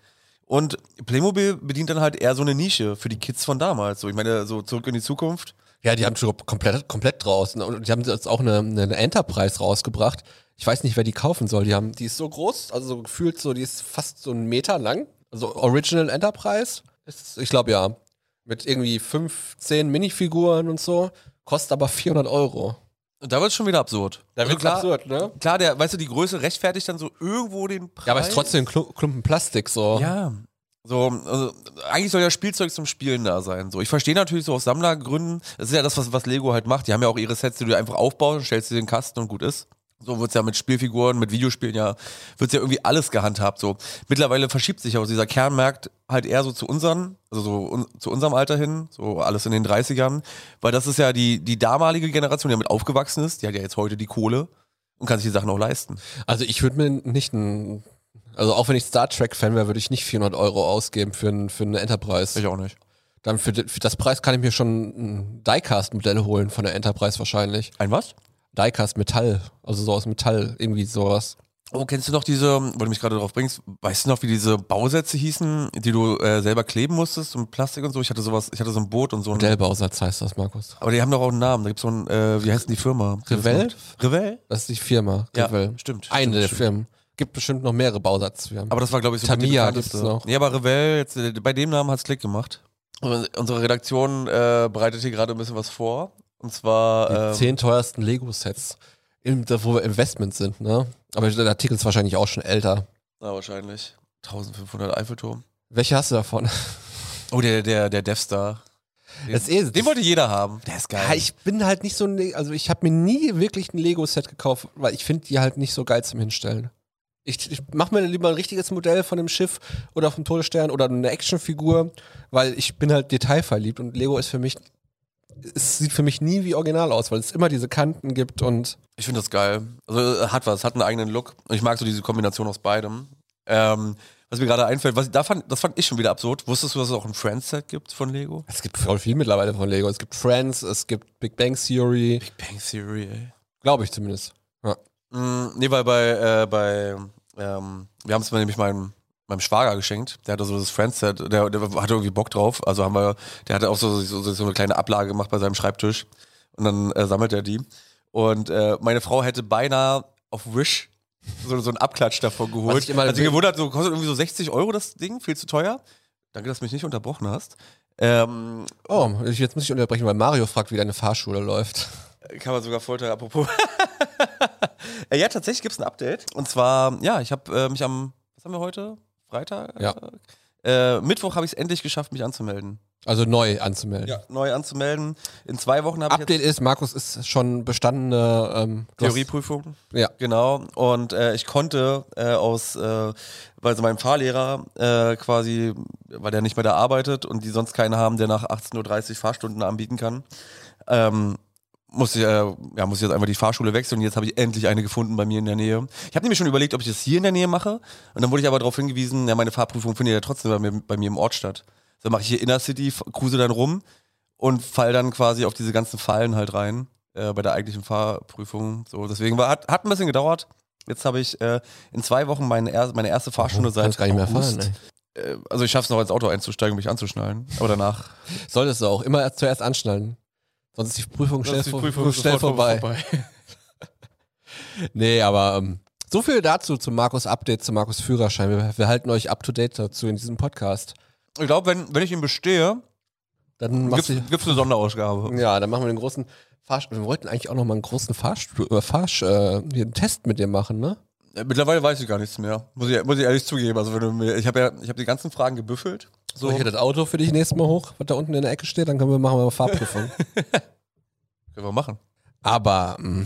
Speaker 4: Und Playmobil bedient dann halt eher so eine Nische für die Kids von damals. So, ich meine, so zurück in die Zukunft.
Speaker 1: Ja, die haben schon komplett, komplett draußen. Und die haben jetzt auch eine, eine Enterprise rausgebracht. Ich weiß nicht, wer die kaufen soll. Die, haben, die ist so groß, also so gefühlt so, die ist fast so einen Meter lang. Also Original Enterprise. Ist, ich glaube ja. Mit irgendwie fünf, zehn Minifiguren und so. Kostet aber 400 Euro.
Speaker 4: Und da wird es schon wieder absurd.
Speaker 1: Da wird's
Speaker 4: klar,
Speaker 1: absurd, ne?
Speaker 4: Klar, der, weißt du, die Größe rechtfertigt dann so irgendwo den Preis.
Speaker 1: Ja, aber ist trotzdem Klu- Klumpen Plastik so.
Speaker 4: Ja. So, also, eigentlich soll ja Spielzeug zum Spielen da sein. So, ich verstehe natürlich so aus Sammlergründen, das ist ja das, was, was Lego halt macht. Die haben ja auch ihre Sets, die du einfach aufbaust und stellst dir den Kasten und gut ist. So wird's ja mit Spielfiguren, mit Videospielen ja, wird's ja irgendwie alles gehandhabt. So, mittlerweile verschiebt sich auch dieser Kernmarkt halt eher so zu unseren, also so un, zu unserem Alter hin, so alles in den 30ern. Weil das ist ja die, die damalige Generation, die damit aufgewachsen ist, die hat ja jetzt heute die Kohle und kann sich die Sachen auch leisten.
Speaker 1: Also ich würde mir nicht ein, also auch wenn ich Star Trek Fan wäre, würde ich nicht 400 Euro ausgeben für, ein, für eine Enterprise.
Speaker 4: Ich auch nicht.
Speaker 1: Dann für, de- für das Preis kann ich mir schon ein Diecast-Modell holen von der Enterprise wahrscheinlich.
Speaker 4: Ein was?
Speaker 1: Diecast Metall, also so aus Metall, irgendwie sowas.
Speaker 4: Oh, kennst du noch diese, weil du mich gerade drauf bringst, weißt du noch, wie diese Bausätze hießen, die du äh, selber kleben musstest und Plastik und so? Ich hatte sowas, ich hatte so ein Boot und so ein.
Speaker 1: Modellbausatz heißt das, Markus.
Speaker 4: Aber die haben doch auch einen Namen. Da gibt's so ein, äh, wie heißt denn die Firma? die das
Speaker 1: Revell?
Speaker 4: macht? Revell?
Speaker 1: Das ist die Firma.
Speaker 4: Ja,
Speaker 1: Revell.
Speaker 4: stimmt,
Speaker 1: Eine
Speaker 4: stimmt,
Speaker 1: der
Speaker 4: stimmt.
Speaker 1: Firmen. Gibt bestimmt noch mehrere Bausatzfirmen.
Speaker 4: Aber das war, glaube ich, so mit die
Speaker 1: Tamiya
Speaker 4: bekannteste.
Speaker 1: gibt's noch.
Speaker 4: Nee, aber Revell, jetzt, äh, bei dem Namen hat's Klick gemacht. Und unsere Redaktion äh, bereitet hier gerade ein bisschen was vor. Und zwar.
Speaker 1: die
Speaker 4: äh,
Speaker 1: zehn teuersten Lego-Sets, im- da wo wir Investments sind, ne? Aber der Artikel ist wahrscheinlich auch schon älter.
Speaker 4: Na, wahrscheinlich. 1500 Eiffelturm.
Speaker 1: Welche hast du davon?
Speaker 4: Oh, der, der, der Death Star. Den,
Speaker 1: Das ist-
Speaker 4: den wollte jeder haben. Der ist
Speaker 1: Ja, ich bin halt nicht so ein, Le- also ich habe mir nie wirklich ein Lego-Set gekauft, weil ich finde die halt nicht so geil zum Hinstellen. Ich, ich mache mir lieber ein richtiges Modell von dem Schiff oder vom Todesstern oder eine Actionfigur, weil ich bin halt detailverliebt und Lego ist für mich, es sieht für mich nie wie original aus, weil es immer diese Kanten gibt und
Speaker 4: Ich finde das geil. Also äh, hat was, hat einen eigenen Look. Und Ich mag so diese Kombination aus beidem. Ähm, was mir gerade einfällt, was, da fand, das fand ich schon wieder absurd. Wusstest du, dass es auch ein Friends-Set gibt von Lego?
Speaker 1: es gibt voll viel mittlerweile von Lego. Es gibt Friends, es gibt Big Bang Theory,
Speaker 4: Big Bang Theory, ey.
Speaker 1: glaube ich zumindest. Ja.
Speaker 4: Mm, nee, weil bei, äh, bei ähm, wir haben es mir nämlich meinem, meinem Schwager geschenkt. Der hatte so das Friends-Set, der, der hatte irgendwie Bock drauf. Also haben wir, der hatte auch so, so, so eine kleine Ablage gemacht bei seinem Schreibtisch. Und dann äh, sammelt er die. Und äh, meine Frau hätte beinahe auf Wish so, so einen Abklatsch davon geholt.
Speaker 1: Was ich immer-
Speaker 4: Hat sie gewundert, so kostet irgendwie so 60 Euro das Ding, viel zu teuer. Danke, dass du mich nicht unterbrochen hast. Ähm,
Speaker 1: Oh, ich, jetzt muss ich unterbrechen, weil Mario fragt, wie deine Fahrschule läuft.
Speaker 4: kann man sogar Folter, apropos. Äh, ja, tatsächlich gibt es ein Update. Und zwar, ja, ich habe äh, mich am, was haben wir heute? Freitag?
Speaker 1: Ja.
Speaker 4: Äh, Mittwoch habe ich es endlich geschafft, mich anzumelden.
Speaker 1: Also neu anzumelden.
Speaker 4: Neu anzumelden. In zwei Wochen habe ich jetzt
Speaker 1: Update ist, Markus ist schon bestandene ähm, du hast-
Speaker 4: Theorieprüfung.
Speaker 1: Ja.
Speaker 4: Genau. Und äh, ich konnte äh, aus, äh, weil so mein Fahrlehrer äh, quasi, weil der nicht mehr da arbeitet und die sonst keinen haben, der nach 18.30 Uhr Fahrstunden anbieten kann, ähm, muss ich, äh, ja, muss ich jetzt einfach die Fahrschule wechseln und jetzt habe ich endlich eine gefunden bei mir in der Nähe. Ich habe nämlich schon überlegt, ob ich das hier in der Nähe mache und dann wurde ich aber darauf hingewiesen, ja, meine Fahrprüfung findet ja trotzdem bei mir, bei mir im Ort statt. Dann mache ich hier Inner City, f- cruise dann rum und fall dann quasi auf diese ganzen Fallen halt rein äh, bei der eigentlichen Fahrprüfung. So, deswegen war, hat, hat ein bisschen gedauert. Jetzt habe ich äh, in zwei Wochen meine, er meine erste Fahrstunde seit
Speaker 1: Kannst gar nicht mehr ne?
Speaker 4: August.
Speaker 1: fahren. Ey.
Speaker 4: Äh, also ich schaffe es noch ins Auto einzusteigen, mich anzuschnallen. Aber danach
Speaker 1: Solltest du auch immer erst- zuerst anschnallen. Sonst ist die Prüfung schnell, vor, schnell vorbei. Nee, aber ähm, so viel dazu zu Markus Update, zu Markus Führerschein. Wir, wir halten euch up to date dazu in diesem Podcast.
Speaker 4: Ich glaube, wenn, wenn ich ihn bestehe,
Speaker 1: Dann
Speaker 4: gibt
Speaker 1: machst du,
Speaker 4: es eine Sonderausgabe.
Speaker 1: ja, dann machen wir den großen Fahrstuhl. Wir wollten eigentlich auch noch mal einen großen Fahrstuhl, äh, Fahrsch, äh, hier einen Test mit dir machen, ne?
Speaker 4: Äh, Mittlerweile weiß ich gar nichts mehr. Muss ich, muss ich ehrlich zugeben. Also wenn du mir, ich habe ja, ich habe die ganzen Fragen gebüffelt.
Speaker 1: So.
Speaker 4: So.
Speaker 1: hier das Auto für dich nächstes Mal hoch, was da unten in der Ecke steht, dann können wir machen wir eine Fahrprüfung.
Speaker 4: Können wir machen.
Speaker 1: Aber ähm,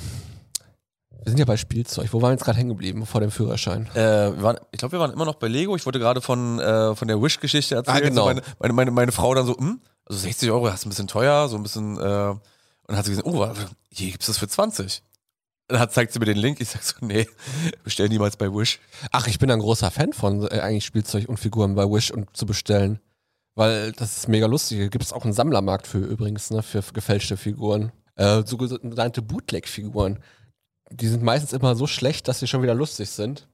Speaker 1: wir sind ja bei Spielzeug. Wo waren wir jetzt gerade hängen geblieben vor dem Führerschein?
Speaker 4: Äh, wir waren, ich glaube, wir waren immer noch bei Lego. Ich wollte gerade von, äh, von der Wish-Geschichte erzählen.
Speaker 1: Ah, genau.
Speaker 4: so meine, meine, meine, meine Frau dann so, hm, also 60 Euro, das ist ein bisschen teuer, so ein bisschen. Äh, und dann hat sie gesagt, oh, warte, hier gibt es das für 20. Dann hat, zeigt sie mir den Link. Ich sag so, nee, bestell niemals bei Wish.
Speaker 1: Ach, ich bin ein großer Fan von äh, eigentlich Spielzeug und Figuren bei Wish und zu bestellen. Weil das ist mega lustig. Gibt es auch einen Sammlermarkt für übrigens, ne, für gefälschte Figuren. Äh, sogenannte Bootleg-Figuren. Die sind meistens immer so schlecht, dass sie schon wieder lustig sind.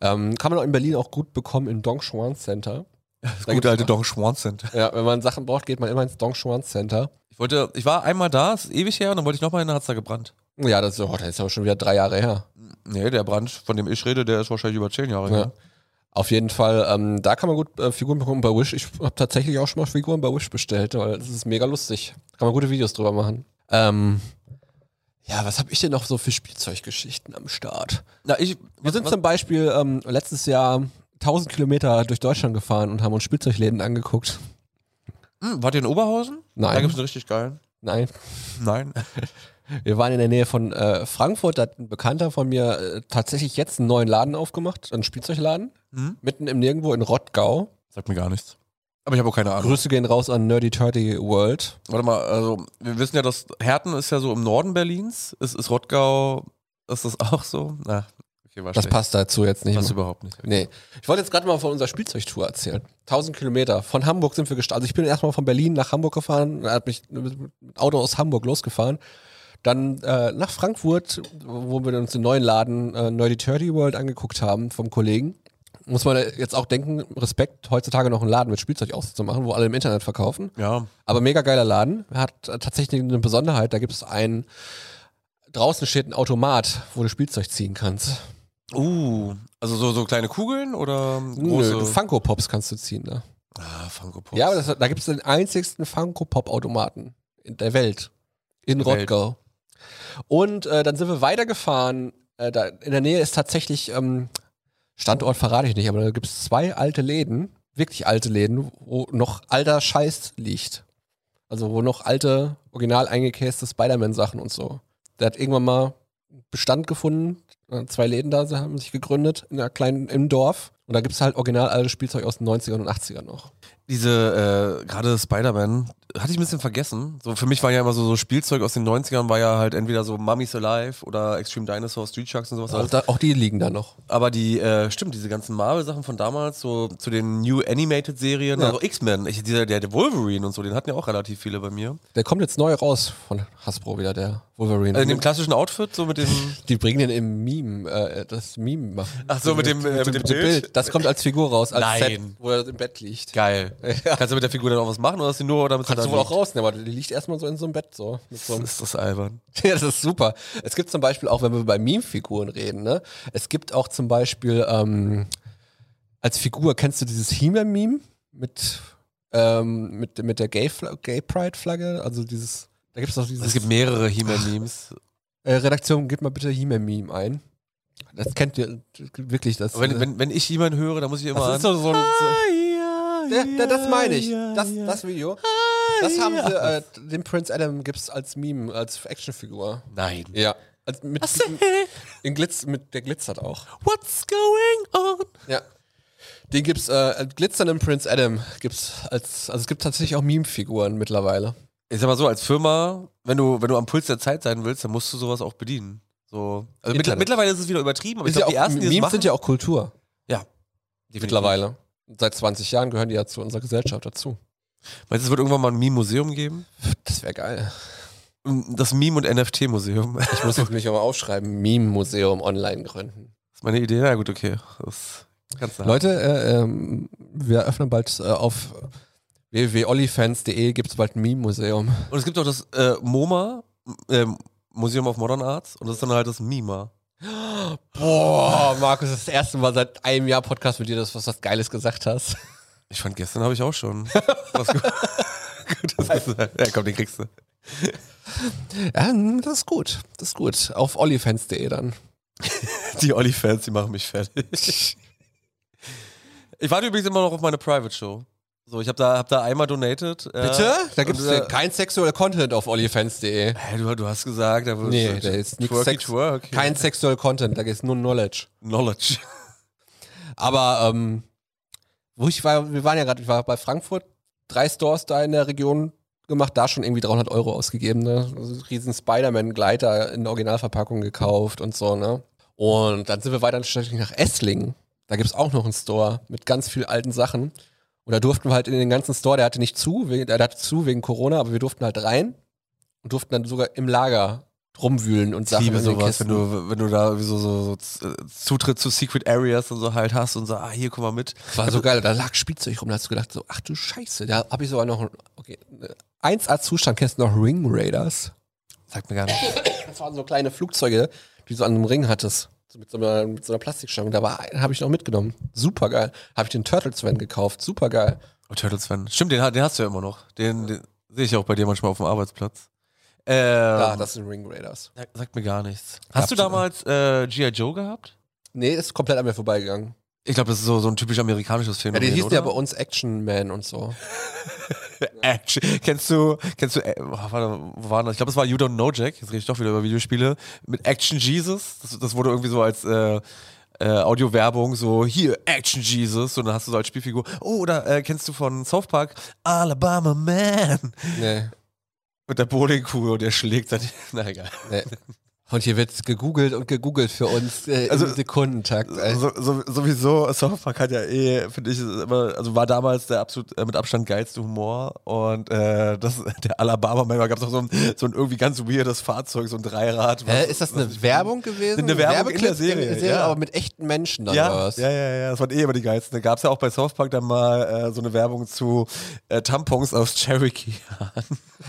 Speaker 1: Ähm, kann man auch in Berlin auch gut bekommen im Dongchuan Center.
Speaker 4: Das
Speaker 1: Da gibt's-
Speaker 4: gute alte Don Schwan sind.
Speaker 1: Ja, wenn man Sachen braucht, geht man immer ins Dong Chuan Center.
Speaker 4: Ich wollte, ich war einmal da, ist ewig her, und dann wollte ich nochmal hin, dann hat's da gebrannt.
Speaker 1: Ja, das ist, oh, das ist aber schon wieder drei Jahre her.
Speaker 4: Nee, der Brand, von dem ich rede, der ist wahrscheinlich über zehn Jahre her.
Speaker 1: Ja. Auf jeden Fall, ähm, da kann man gut äh, Figuren bekommen bei Wish. Ich habe tatsächlich auch schon mal Figuren bei Wish bestellt, weil das ist mega lustig. Kann man gute Videos drüber machen. Ähm, ja, was habe ich denn noch so für Spielzeuggeschichten am Start?
Speaker 4: Na, ich,
Speaker 1: Wir sind zum Beispiel ähm, letztes Jahr 1000 Kilometer durch Deutschland gefahren und haben uns Spielzeugläden angeguckt.
Speaker 4: hm, wart ihr in Oberhausen?
Speaker 1: Nein.
Speaker 4: Da gibt's einen richtig geilen.
Speaker 1: Nein,
Speaker 4: Nein.
Speaker 1: wir waren in der Nähe von äh, Frankfurt. Da hat ein Bekannter von mir äh, tatsächlich jetzt einen neuen Laden aufgemacht, einen Spielzeugladen,
Speaker 4: Hm?
Speaker 1: mitten im Nirgendwo in Rottgau.
Speaker 4: Sagt mir gar nichts. Aber ich habe auch keine Ahnung.
Speaker 1: Grüße gehen raus an Nerdy Turdy World.
Speaker 4: Warte mal, also wir wissen ja, dass Herten ist ja so im Norden Berlins. Ist, ist Rottgau, ist das auch so? Na, okay, war
Speaker 1: Das
Speaker 4: schlecht.
Speaker 1: passt dazu jetzt nicht.
Speaker 4: Passt
Speaker 1: mehr.
Speaker 4: überhaupt nicht.
Speaker 1: Nee. Ich wollte jetzt gerade mal von unserer Spielzeugtour erzählen. 1000 Kilometer. Von Hamburg sind wir gestartet. Also ich bin erstmal von Berlin nach Hamburg gefahren, hat mich mit mit Auto aus Hamburg losgefahren. Dann äh, nach Frankfurt, wo wir uns den neuen Laden äh, Nerdy Turdy World angeguckt haben vom Kollegen. Muss man jetzt auch denken, Respekt, heutzutage noch einen Laden mit Spielzeug auszumachen, wo alle im Internet verkaufen.
Speaker 4: Ja,
Speaker 1: Aber mega geiler Laden. Hat äh, tatsächlich eine Besonderheit. Da gibt es einen, draußen steht ein Automat, wo du Spielzeug ziehen kannst.
Speaker 4: Uh, also so, so kleine Kugeln oder große?
Speaker 1: Nö, Funko Pops kannst du ziehen, ne?
Speaker 4: ah, Funko Pops.
Speaker 1: Ja, aber das, da gibt es den einzigsten Funko Pop Automaten in der Welt. In
Speaker 4: Der Welt.
Speaker 1: Rottgau. Und äh, dann sind wir weitergefahren. Äh, da, in der Nähe ist tatsächlich, ähm, Standort verrate ich nicht, aber da gibt es zwei alte Läden, wirklich alte Läden, wo noch alter Scheiß liegt. Also wo noch alte, original eingekäste Spider-Man-Sachen und so. Der hat irgendwann mal Bestand gefunden. Äh, Zwei Läden da sie haben sich gegründet in einer kleinen, im Dorf. Und da gibt es halt original altes Spielzeug aus den 90ern und 80ern noch.
Speaker 4: Diese, äh, gerade Spider-Man, hatte ich ein bisschen vergessen. So, für mich war ja immer so, so Spielzeug aus den 90ern, war ja halt entweder so Mummy's Alive oder Extreme Dinosaur, Street Sharks und sowas.
Speaker 1: Auch,
Speaker 4: alles.
Speaker 1: Also da, auch die liegen da noch.
Speaker 4: Aber die, äh, stimmt, diese ganzen Marvel-Sachen von damals, so zu den New Animated-Serien,
Speaker 1: Ja.
Speaker 4: also X-Men, ich- dieser, der, der Wolverine und so, den hatten ja auch relativ viele bei mir.
Speaker 1: Der kommt jetzt neu raus von Hasbro wieder, der Wolverine.
Speaker 4: Also in dem klassischen Outfit, so mit dem.
Speaker 1: die bringen den im Meme, äh, das Meme machen.
Speaker 4: Ach so, mit dem, äh, mit dem Bild?
Speaker 1: Das kommt als Figur raus, als
Speaker 4: Nein.
Speaker 1: Set, wo er im Bett liegt.
Speaker 4: Geil. Kannst du mit der Figur dann auch was machen oder ist die nur, damit
Speaker 1: Kannst du
Speaker 4: da
Speaker 1: wohl auch
Speaker 4: liegt?
Speaker 1: rausnehmen, aber die liegt erstmal so in so einem Bett. So, mit so einem
Speaker 4: Ist das albern.
Speaker 1: Ja, das ist super. Es gibt zum Beispiel auch, wenn wir bei Meme-Figuren reden, ne? Es gibt auch zum Beispiel, ähm, als Figur, kennst du dieses He-Man-Meme mit, ähm, mit, mit der Gay-Fla- Gay-Pride-Flagge? also dieses, da gibt es auch dieses.
Speaker 4: Es gibt mehrere He-Man-Memes.
Speaker 1: äh, Redaktion, gib mal bitte He-Man-Meme ein. Das kennt ihr wirklich. Das, äh,
Speaker 4: Aber Wenn, wenn, wenn ich jemanden höre, dann muss ich immer
Speaker 1: das
Speaker 4: an. Ah,
Speaker 1: ist so, so, so ja, ja, das meine ich. Das, das Video. Das
Speaker 4: Ah,
Speaker 1: haben sie, äh, den Prince Adam gibt's als Meme, als Actionfigur.
Speaker 4: Nein.
Speaker 1: Ja. Also mit, in Glitz, mit, der glitzert auch.
Speaker 4: What's going on?
Speaker 1: Ja. Den gibt's, äh, glitzernden Prince Adam gibt's als, also es gibt tatsächlich auch Meme-Figuren mittlerweile.
Speaker 4: Ich sag mal so, als Firma, wenn du, wenn du am Puls der Zeit sein willst, dann musst du sowas auch bedienen. So. Also mittler-
Speaker 1: Internet.
Speaker 4: mittlerweile ist es wieder übertrieben, aber ich
Speaker 1: Ist ja
Speaker 4: glaube,
Speaker 1: auch,
Speaker 4: die ersten, die
Speaker 1: Memes
Speaker 4: das machen,
Speaker 1: sind ja auch Kultur
Speaker 4: definitiv.
Speaker 1: mittlerweile. Seit 20 Jahren gehören die ja zu unserer Gesellschaft dazu.
Speaker 4: Meinst du, es wird irgendwann mal ein Meme-Museum geben?
Speaker 1: Das wäre geil.
Speaker 4: Das Meme- und NFT-Museum. Das
Speaker 1: Ich muss jetzt mich auch mal aufschreiben, Meme-Museum online gründen.
Speaker 4: ist meine Idee. Na gut, okay. Das kannst du haben.
Speaker 1: Leute, äh, ähm, wir öffnen bald äh, auf www.olifans.de gibt's bald ein Meme-Museum.
Speaker 4: Und es gibt auch das äh, MoMA, ähm, Museum of Modern Arts, und das ist dann halt das MIMA.
Speaker 1: Boah, Markus, das, ist das erste Mal seit einem Jahr Podcast mit dir, dass du was, was Geiles gesagt hast.
Speaker 4: Ich fand, gestern habe ich auch schon. Was gut. Gutes gesagt. Ja, komm, den kriegst du.
Speaker 1: Ja, das ist gut. Das ist gut. Auf ollifans.de dann.
Speaker 4: Die Olli-Fans, die machen mich fertig. Ich warte übrigens immer noch auf meine Private-Show. So, ich habe da, hab da einmal donated. äh,
Speaker 1: Da gibt es
Speaker 4: und, äh,
Speaker 1: kein sexueller Content auf ollifans.de.
Speaker 4: Hä, du, du hast gesagt, da wurde
Speaker 1: Nee, da ist nix
Speaker 4: twerky,
Speaker 1: Sex.
Speaker 4: twerk.
Speaker 1: Kein sexueller Content, da geht's nur um Knowledge.
Speaker 4: Knowledge.
Speaker 1: Aber ähm, wo ich war, wir waren ja gerade, ich war bei Frankfurt, drei Stores da in der Region gemacht, da schon irgendwie 300 Euro ausgegeben, ne? Also riesen Spider-Man-Gleiter in Originalverpackung gekauft und so, ne? Und dann sind wir weiter tatsächlich nach Esslingen. Da gibt's auch noch einen Store mit ganz viel alten Sachen. Und da durften wir halt in den ganzen Store, der hatte nicht zu, wegen, der hatte zu wegen Corona, aber wir durften halt rein und durften dann sogar im Lager rumwühlen und
Speaker 4: Ich
Speaker 1: Sachen
Speaker 4: liebe
Speaker 1: in den
Speaker 4: sowas,
Speaker 1: Kisten.
Speaker 4: wenn du, wenn du da wie so, so, so Z- äh, Zutritt zu Secret Areas und so halt hast und so, ah, hier, guck mal mit.
Speaker 1: Das war so geil. Da lag Spielzeug rum, da hast du gedacht, so, ach du Scheiße, da habe ich sogar noch okay, 1A-Zustand, kennst du noch Ring Raiders?
Speaker 4: Sagt mir gar nicht.
Speaker 1: Das waren so kleine Flugzeuge, die du so an einem Ring hattest. So mit so einer, mit so einer Plastikstange. Da war einen habe ich noch mitgenommen. Super geil. Habe ich den Turtles Van gekauft. Super geil.
Speaker 4: Oh, Turtles Fan. Stimmt, den, ha- den hast du ja immer noch. Den, den sehe ich auch bei dir manchmal auf dem Arbeitsplatz. Ähm,
Speaker 1: Da, das sind Ring Raiders.
Speaker 4: sagt- sagt mir gar nichts.
Speaker 1: Gab's- ne?
Speaker 4: Hast du damals äh, G.I. Joe gehabt?
Speaker 1: Nee, ist komplett an mir vorbeigegangen.
Speaker 4: Ich glaube, das ist so, so ein typisch amerikanisches Film.
Speaker 1: Ja, die hießen
Speaker 4: oder?
Speaker 1: ja bei uns Action Man und so.
Speaker 4: Action. Kennst du, kennst du, äh, oh, warte, wo war das? Ich glaube, das war You Don't Know Jack. Jetzt rede ich doch wieder über Videospiele. Mit Action Jesus. Das, das wurde irgendwie so als äh, äh, Audiowerbung so, hier, Action Jesus. Und dann hast du so als Spielfigur. Oh, oder äh, kennst du von South Park Alabama Man?
Speaker 1: Nee.
Speaker 4: Mit der Bowlingkugel und der schlägt dann. Na egal.
Speaker 1: nee. Und hier wird gegoogelt und gegoogelt für uns äh,
Speaker 4: Also-
Speaker 1: im Sekundentakt. Alter.
Speaker 4: So, so, sowieso, South Park hat ja eh, finde ich, ist immer, also war damals der absolut äh, mit Abstand geilste Humor und äh, das, der Alabama Man, da gab es auch so ein, so ein irgendwie ganz weirdes Fahrzeug, so ein Dreirad.
Speaker 1: Hä,
Speaker 4: was-
Speaker 1: ist das
Speaker 4: was
Speaker 1: eine
Speaker 4: ich-
Speaker 1: Werbung gewesen?
Speaker 4: Eine Werbung in der
Speaker 1: Werbeclip
Speaker 4: Serie, ja.
Speaker 1: aber mit echten Menschen dann oder
Speaker 4: Ja,
Speaker 1: was?
Speaker 4: ja, ja, ja, das waren eh immer die geilsten. Da gab es ja auch bei South Park dann mal äh, so eine Werbung zu äh, Tampons aus Cherokee.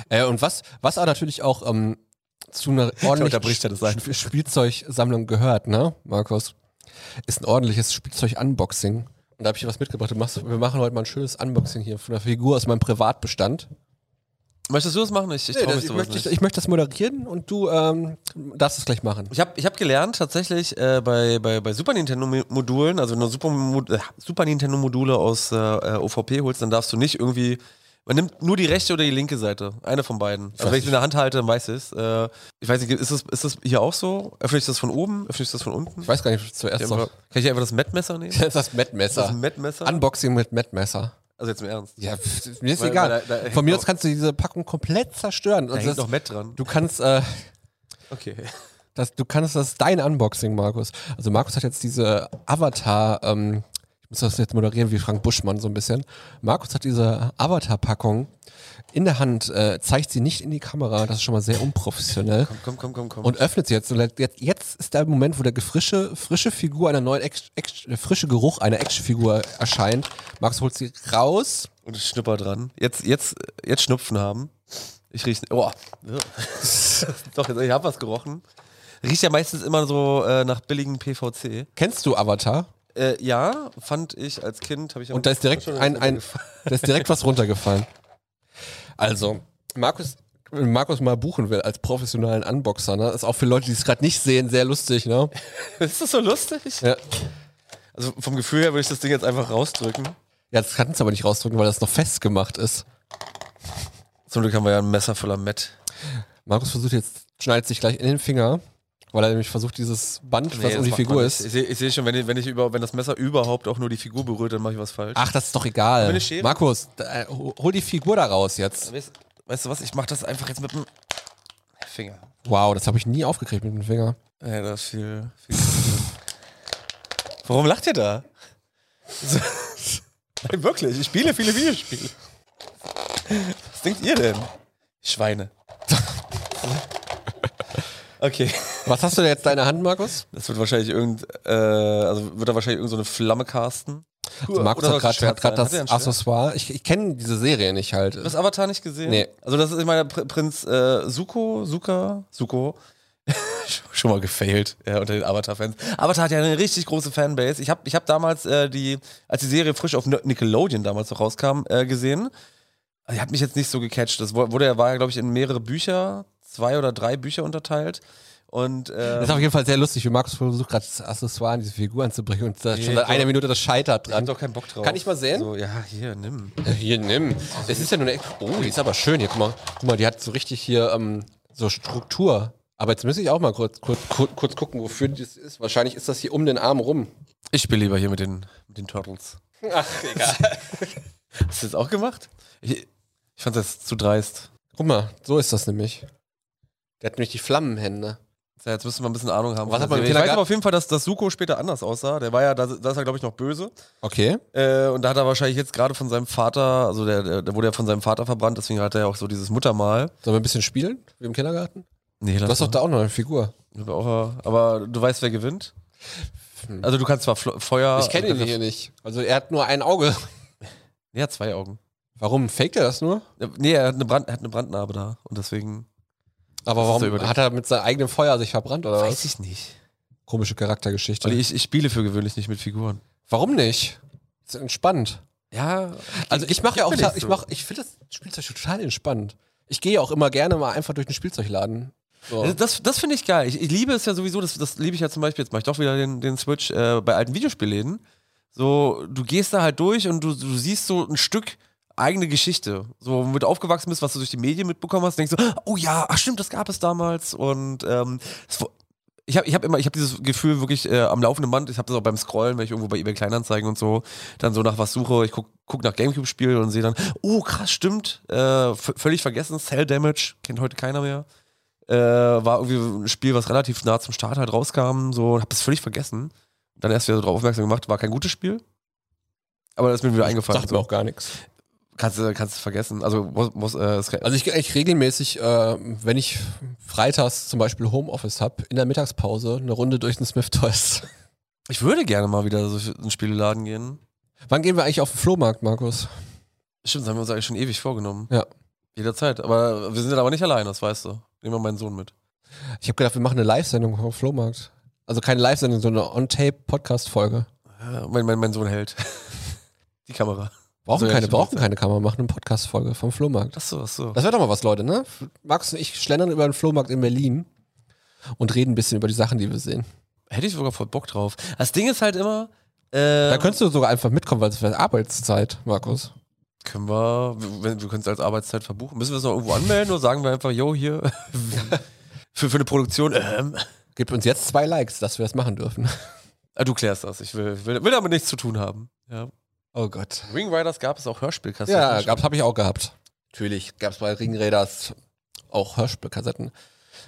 Speaker 1: Äh, und was, was auch natürlich auch ähm, zu einer ordentlichen
Speaker 4: unterbricht er das ein.
Speaker 1: Sp- Spielzeugsammlung gehört, ne, Markus? Ist ein ordentliches Spielzeug-Unboxing. Und da habe ich dir was mitgebracht. Du machst, wir machen heute mal ein schönes Unboxing hier von einer Figur aus meinem Privatbestand.
Speaker 4: Möchtest du das machen? Ich, ich
Speaker 1: Nee, das, ich, möchte, ich, ich möchte das moderieren und du ähm, darfst es gleich machen.
Speaker 4: Ich habe ich hab gelernt, tatsächlich äh, bei, bei, bei Super Nintendo-Modulen, also nur Super, Mo- äh, Super Nintendo-Module aus äh, äh, OVP holst, dann darfst du nicht irgendwie. Man nimmt nur die rechte oder die linke Seite. Eine von beiden. Also wenn ich sie in der Hand halte, dann weiß ich es. Äh, ich weiß nicht, ist das, ist das hier auch so? Öffne ich das von oben? Öffne ich das von unten?
Speaker 1: Ich weiß gar nicht, zuerst
Speaker 4: Ich
Speaker 1: noch.
Speaker 4: einfach, kann ich einfach das Mettmesser nehmen?
Speaker 1: Das ist das
Speaker 4: Das
Speaker 1: Mettmesser.
Speaker 4: Mettmesser?
Speaker 1: Unboxing mit Mettmesser.
Speaker 4: Also jetzt im Ernst.
Speaker 1: Ja, pff, mir ist
Speaker 4: Weil-
Speaker 1: egal.
Speaker 4: weil da- da hängt
Speaker 1: Von mir
Speaker 4: noch-
Speaker 1: aus kannst du diese Packung komplett zerstören.
Speaker 4: Da
Speaker 1: Also
Speaker 4: hängt
Speaker 1: das-
Speaker 4: noch Mett dran.
Speaker 1: du kannst, äh,
Speaker 4: Okay.
Speaker 1: das, du kannst, das ist dein Unboxing, Markus. Also Markus hat jetzt diese Avatar, ähm, ich muss das jetzt moderieren wie Frank Buschmann so ein bisschen. Markus hat diese Avatar-Packung in der Hand, äh, zeigt sie nicht in die Kamera, das ist schon mal sehr unprofessionell.
Speaker 4: Komm, komm, komm, komm.
Speaker 1: Und öffnet sie jetzt. Und jetzt- jetzt ist der Moment, wo der frische, frische Figur einer neuen Action, Action, der frische Geruch einer Actionfigur erscheint. Markus holt sie raus.
Speaker 4: Und Schnupper dran. Jetzt, jetzt, jetzt Schnupfen haben. Ich riech's. Oh. Doch, jetzt, ich hab was gerochen. Riecht ja meistens immer so äh, nach billigem PVC.
Speaker 1: Kennst du Avatar?
Speaker 4: Äh, ja, fand ich als Kind. Hab ich ja-
Speaker 1: Und da ist direkt
Speaker 4: schon
Speaker 1: ein, ein da ist direkt was runtergefallen. Also, Markus, wenn Markus mal buchen will als professionellen Unboxer, ne? Ist auch für Leute, die es gerade nicht sehen, sehr lustig, ne?
Speaker 4: Ist das so lustig?
Speaker 1: Ja.
Speaker 4: Also vom Gefühl her würde ich das Ding jetzt einfach rausdrücken.
Speaker 1: Ja, das kannst du aber nicht rausdrücken, weil das noch festgemacht ist.
Speaker 4: Zum Glück haben wir ja ein Messer voller Met.
Speaker 1: Markus versucht jetzt, schneidet sich gleich in den Finger, weil er nämlich versucht, dieses Band, was um die Figur ist.
Speaker 4: Ich sehe ich seh schon, wenn, ich, wenn, ich über, wenn das Messer überhaupt auch nur die Figur berührt, dann mache ich was falsch.
Speaker 1: Ach, das ist doch
Speaker 4: Haben wir
Speaker 1: egal.
Speaker 4: eine Schere?
Speaker 1: Markus, da, äh, hol die Figur da raus jetzt.
Speaker 4: Weißt, weißt du was? Ich mache das einfach jetzt mit dem Finger.
Speaker 1: Wow, das habe ich nie aufgekriegt mit dem Finger.
Speaker 4: Ja, das ist viel. viel Warum lacht ihr da? So- Nein, wirklich, ich spiele viele Videospiele. Was denkt ihr denn? Schweine. Okay.
Speaker 1: Was hast du denn jetzt in deiner Hand, Markus?
Speaker 4: Das wird wahrscheinlich irgend, äh, also wird da wahrscheinlich irgend so eine Flamme casten.
Speaker 1: Also Markus
Speaker 4: Oder
Speaker 1: hat
Speaker 4: soll es ein Schwert
Speaker 1: gerade
Speaker 4: sein?
Speaker 1: das
Speaker 4: er ein Schwert?
Speaker 1: Accessoire. Ich, ich kenne diese Serie nicht halt.
Speaker 4: Du hast Avatar nicht gesehen?
Speaker 1: Nee.
Speaker 4: Also das ist ich meine Pr Prinz äh, Suko, Suka, Suko. Schon mal gefailt ja, unter den Avatar-Fans. Avatar hat ja eine richtig große Fanbase. Ich habe ich hab damals äh, die, als die Serie frisch auf Nickelodeon damals noch rauskam, äh, gesehen. Also, Die hat mich jetzt nicht so gecatcht. Das wo- wurde ja, war ja, glaube ich, in mehrere Bücher, zwei oder drei Bücher unterteilt. Und äh,
Speaker 1: Das ist auf jeden Fall sehr lustig, wie Markus versucht gerade das Accessoire an diese Figur anzubringen und da schon seit
Speaker 4: doch.
Speaker 1: einer Minute das scheitert
Speaker 4: ich hab
Speaker 1: dran.
Speaker 4: doch keinen Bock drauf.
Speaker 1: Kann ich mal sehen?
Speaker 4: So, ja, hier, nimm.
Speaker 1: Ja, Hier, nimm. Es ist ja nur eine. Ex- Oh, die ist aber schön hier. Guck mal, guck mal die hat so richtig hier ähm, so Struktur. Aber jetzt müsste ich auch mal kurz, kurz, kurz, kurz gucken, wofür das ist. Wahrscheinlich ist das hier um den Arm rum.
Speaker 4: Ich spiele lieber hier mit den, mit den Turtles.
Speaker 1: Ach, egal.
Speaker 4: Hast du das auch gemacht? Ich, ich fand das zu dreist.
Speaker 1: Guck mal, so ist das nämlich. Der hat nämlich die Flammenhände.
Speaker 4: Ja, jetzt müssen wir ein bisschen Ahnung haben.
Speaker 1: Was hat man im
Speaker 4: ich weiß
Speaker 1: Kindergarten-
Speaker 4: aber auf jeden Fall, dass, dass Suko später anders aussah. Der war ja, da, da ist er, glaube ich, noch böse.
Speaker 1: Okay.
Speaker 4: Äh, und da hat er wahrscheinlich jetzt gerade von seinem Vater, also der, der, der wurde ja von seinem Vater verbrannt, deswegen hat er ja auch so dieses Muttermal.
Speaker 1: Sollen wir ein bisschen spielen? Wie im Kindergarten?
Speaker 4: Nee,
Speaker 1: Du
Speaker 4: lass
Speaker 1: hast doch
Speaker 4: doch.
Speaker 1: da auch noch eine Figur.
Speaker 4: Auch, äh, aber du weißt, wer gewinnt? Also du kannst zwar Fl Feuer.
Speaker 1: Hm. Ich kenne ihn hier nicht. Also er hat nur ein Auge.
Speaker 4: Er hat zwei Augen.
Speaker 1: Warum faked er das nur?
Speaker 4: Äh, Nee, er hat eine, Brand, er hat eine Brandnarbe da. Und deswegen.
Speaker 1: Aber
Speaker 4: Das ist so
Speaker 1: warum
Speaker 4: überlegt.
Speaker 1: hat er mit seinem eigenen Feuer sich verbrannt oder was?
Speaker 4: ich nicht.
Speaker 1: Komische Charaktergeschichte.
Speaker 4: Olli, ich, ich spiele für gewöhnlich nicht mit Figuren.
Speaker 1: Warum nicht? Ist entspannt.
Speaker 4: Ja.
Speaker 1: Also ich mache ja auch,
Speaker 4: Bin ich
Speaker 1: ich
Speaker 4: so.
Speaker 1: mach, ich finde das Spielzeug total entspannt. Ich gehe ja auch immer gerne mal einfach durch den Spielzeugladen. So.
Speaker 4: Das, Also das, das finde ich geil. Ich, ich liebe es ja sowieso, das, das liebe ich ja zum Beispiel, jetzt mache ich doch wieder den, den Switch äh, bei alten Videospielläden. So, du gehst da halt durch und du, du siehst so ein Stück eigene Geschichte. So, womit du aufgewachsen bist, was du durch die Medien mitbekommen hast, denkst du, oh ja, ach stimmt, das gab es damals. Und ähm, das, wo- ich habe ich hab immer, ich habe dieses Gefühl wirklich äh, am laufenden Band, ich habe das auch beim Scrollen, wenn ich irgendwo bei eBay Kleinanzeigen und so dann so nach was suche, ich guck, guck nach Gamecube-Spielen und sehe dann, oh krass, stimmt, äh, v- völlig vergessen, Cell Damage, kennt heute keiner mehr äh, war irgendwie ein Spiel, was relativ nah zum Start halt rauskam, so, und hab das völlig vergessen. Dann erst wieder so drauf aufmerksam gemacht, war kein gutes Spiel. Aber das ist mir wieder eingefallen.
Speaker 1: sagt mir
Speaker 4: So.
Speaker 1: auch gar nichts.
Speaker 4: Kannst du kannst du vergessen. Also, muss, muss, äh, es-
Speaker 1: Also ich gehe eigentlich regelmäßig, äh, wenn ich freitags zum Beispiel Homeoffice habe, in der Mittagspause eine Runde durch den Smith Toys.
Speaker 4: ich würde gerne mal wieder so in einen Spieleladen gehen.
Speaker 1: Wann gehen wir eigentlich auf den Flohmarkt, Markus?
Speaker 4: Stimmt, das haben wir uns eigentlich schon ewig vorgenommen.
Speaker 1: Ja.
Speaker 4: Jederzeit. Aber wir sind dann aber nicht allein, das weißt du. Nehmen wir meinen Sohn mit.
Speaker 1: Ich habe gedacht, wir machen eine Live-Sendung auf dem Flohmarkt. Also keine Live-Sendung, sondern eine On-Tape-Podcast-Folge.
Speaker 4: Äh, Mein, mein, mein Sohn hält. Die Kamera.
Speaker 1: Brauchen,
Speaker 4: So, Also, ja,
Speaker 1: keine,
Speaker 4: stimmt.
Speaker 1: brauchen keine Kamera, machen eine Podcast-Folge vom Flohmarkt.
Speaker 4: Ach so, ach so.
Speaker 1: Das wäre doch mal was, Leute, ne? Markus und ich schlendern über den Flohmarkt in Berlin und reden ein bisschen über die Sachen, die wir sehen.
Speaker 4: Hätte ich sogar voll Bock drauf. Das Ding ist halt immer. Äh,
Speaker 1: Da könntest du sogar einfach mitkommen, weil es wäre Arbeitszeit, Markus.
Speaker 4: Können wir, wir, wir können es als Arbeitszeit verbuchen. Müssen wir es noch irgendwo anmelden oder sagen wir einfach, yo, hier, für, für eine Produktion, ähm.
Speaker 1: Gebt uns jetzt zwei Likes, dass wir das machen dürfen.
Speaker 4: Ah, Du klärst das, ich will, will, will damit nichts zu tun haben. Ja.
Speaker 1: Oh Gott.
Speaker 4: Ring Riders gab es auch Hörspielkassetten.
Speaker 1: Ja, gab's, habe ich auch gehabt. Natürlich gab's bei Ring Raiders auch Hörspielkassetten.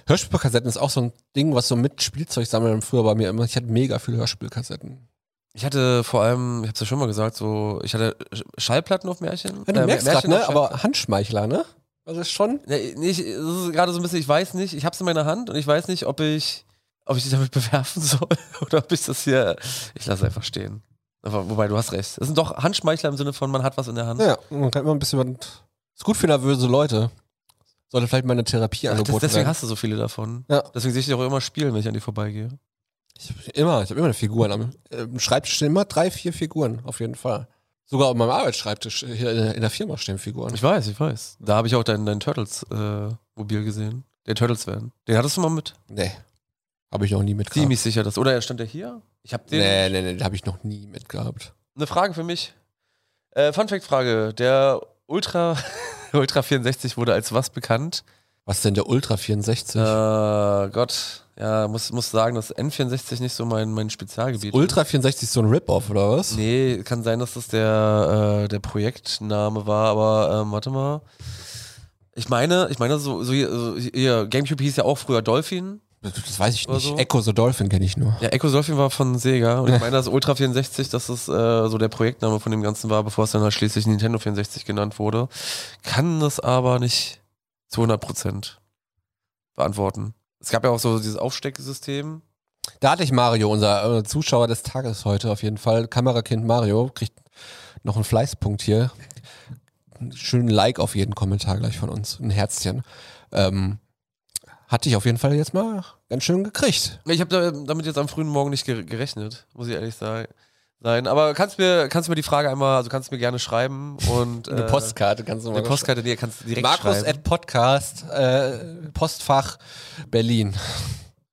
Speaker 1: Hörspielkassetten ist auch so ein Ding, was so mit Spielzeugsammeln früher bei mir immer. Ich hatte mega viele Hörspielkassetten.
Speaker 4: Ich hatte vor allem, ich hab's ja schon mal gesagt, so, ich hatte Sch- Schallplatten auf Märchen.
Speaker 1: Ja, du
Speaker 4: Äh,
Speaker 1: merkst
Speaker 4: Märchen
Speaker 1: grad, ne?
Speaker 4: auf Schall-
Speaker 1: Aber Handschmeichler, ne? Also ist schon.
Speaker 4: Ja, nee, ich, das ist gerade so ein bisschen, ich weiß nicht, ich hab's in meiner Hand und ich weiß nicht, ob ich, ob ich dich damit bewerfen soll oder ob ich das hier, ich lasse einfach stehen. Aber, wobei, du hast recht. Es sind doch Handschmeichler im Sinne von, man hat was in der Hand.
Speaker 1: Ja, man kann immer ein bisschen. was- Ist gut für nervöse Leute. Sollte vielleicht mal eine Therapie
Speaker 4: Ach, das,
Speaker 1: angeboten
Speaker 4: deswegen
Speaker 1: werden.
Speaker 4: hast du so viele davon.
Speaker 1: Ja.
Speaker 4: Deswegen sehe ich dich auch immer spielen, wenn ich an dir vorbeigehe.
Speaker 1: Ich hab immer, ich habe immer eine Figur am äh, am Schreibtisch stehen immer drei, vier Figuren auf jeden Fall. Sogar auf meinem Arbeitsschreibtisch äh, hier in der- in der Firma stehen Figuren.
Speaker 4: Ich weiß, ich weiß. Da habe ich auch deinen, deinen Turtles-Mobil äh, gesehen. Der Turtles-Van. Den hattest du mal mit.
Speaker 1: Nee, habe ich noch nie mitgehabt.
Speaker 4: Ziemlich sicher das. Oder er stand ja hier. Ich habe den.
Speaker 1: Nee, nee, nee, den habe ich noch nie mitgehabt.
Speaker 4: Eine Frage für mich. Äh, Fun-Fact-Frage. Der Ultra, Ultra 64 wurde als was bekannt?
Speaker 1: Was denn der Ultra 64?
Speaker 4: Äh, Gott. Ja, muss, muss sagen, dass N64 nicht so mein, mein Spezialgebiet
Speaker 1: Ultra 64 ist so ein Rip-Off, oder was?
Speaker 4: Nee, kann sein, dass das der, äh, der Projektname war, aber ähm, warte mal. Ich meine, ich meine, so, so hier, so hier, Gamecube hieß ja auch früher Dolphin.
Speaker 1: Das weiß ich
Speaker 4: Oder
Speaker 1: nicht.
Speaker 4: so?
Speaker 1: Echo the Dolphin kenne ich nur.
Speaker 4: Ja, Echo Dolphin war von Sega und ich meine, das Ultra 64, dass das äh, so der Projektname von dem Ganzen war, bevor es dann halt schließlich Nintendo 64 genannt wurde. Kann das aber nicht zu 100% beantworten. Es gab ja auch so dieses Aufstecksystem.
Speaker 1: Da hatte ich Mario, unser äh, Zuschauer des Tages heute auf jeden Fall. Kamerakind Mario kriegt noch einen Fleißpunkt hier. Einen schönen Like auf jeden Kommentar gleich von uns. Ein Herzchen. Ähm, hatte ich auf jeden Fall jetzt mal ganz schön gekriegt.
Speaker 4: Ich habe da, damit jetzt am frühen Morgen nicht gere- gerechnet, muss ich ehrlich sagen. Sein. Aber kannst mir, kannst mir die Frage einmal, also kannst mir gerne schreiben und äh,
Speaker 1: kannst du
Speaker 4: Eine Postkarte, die kannst du direkt
Speaker 1: Markus
Speaker 4: schreiben.
Speaker 1: at Podcast, äh, Postfach Berlin.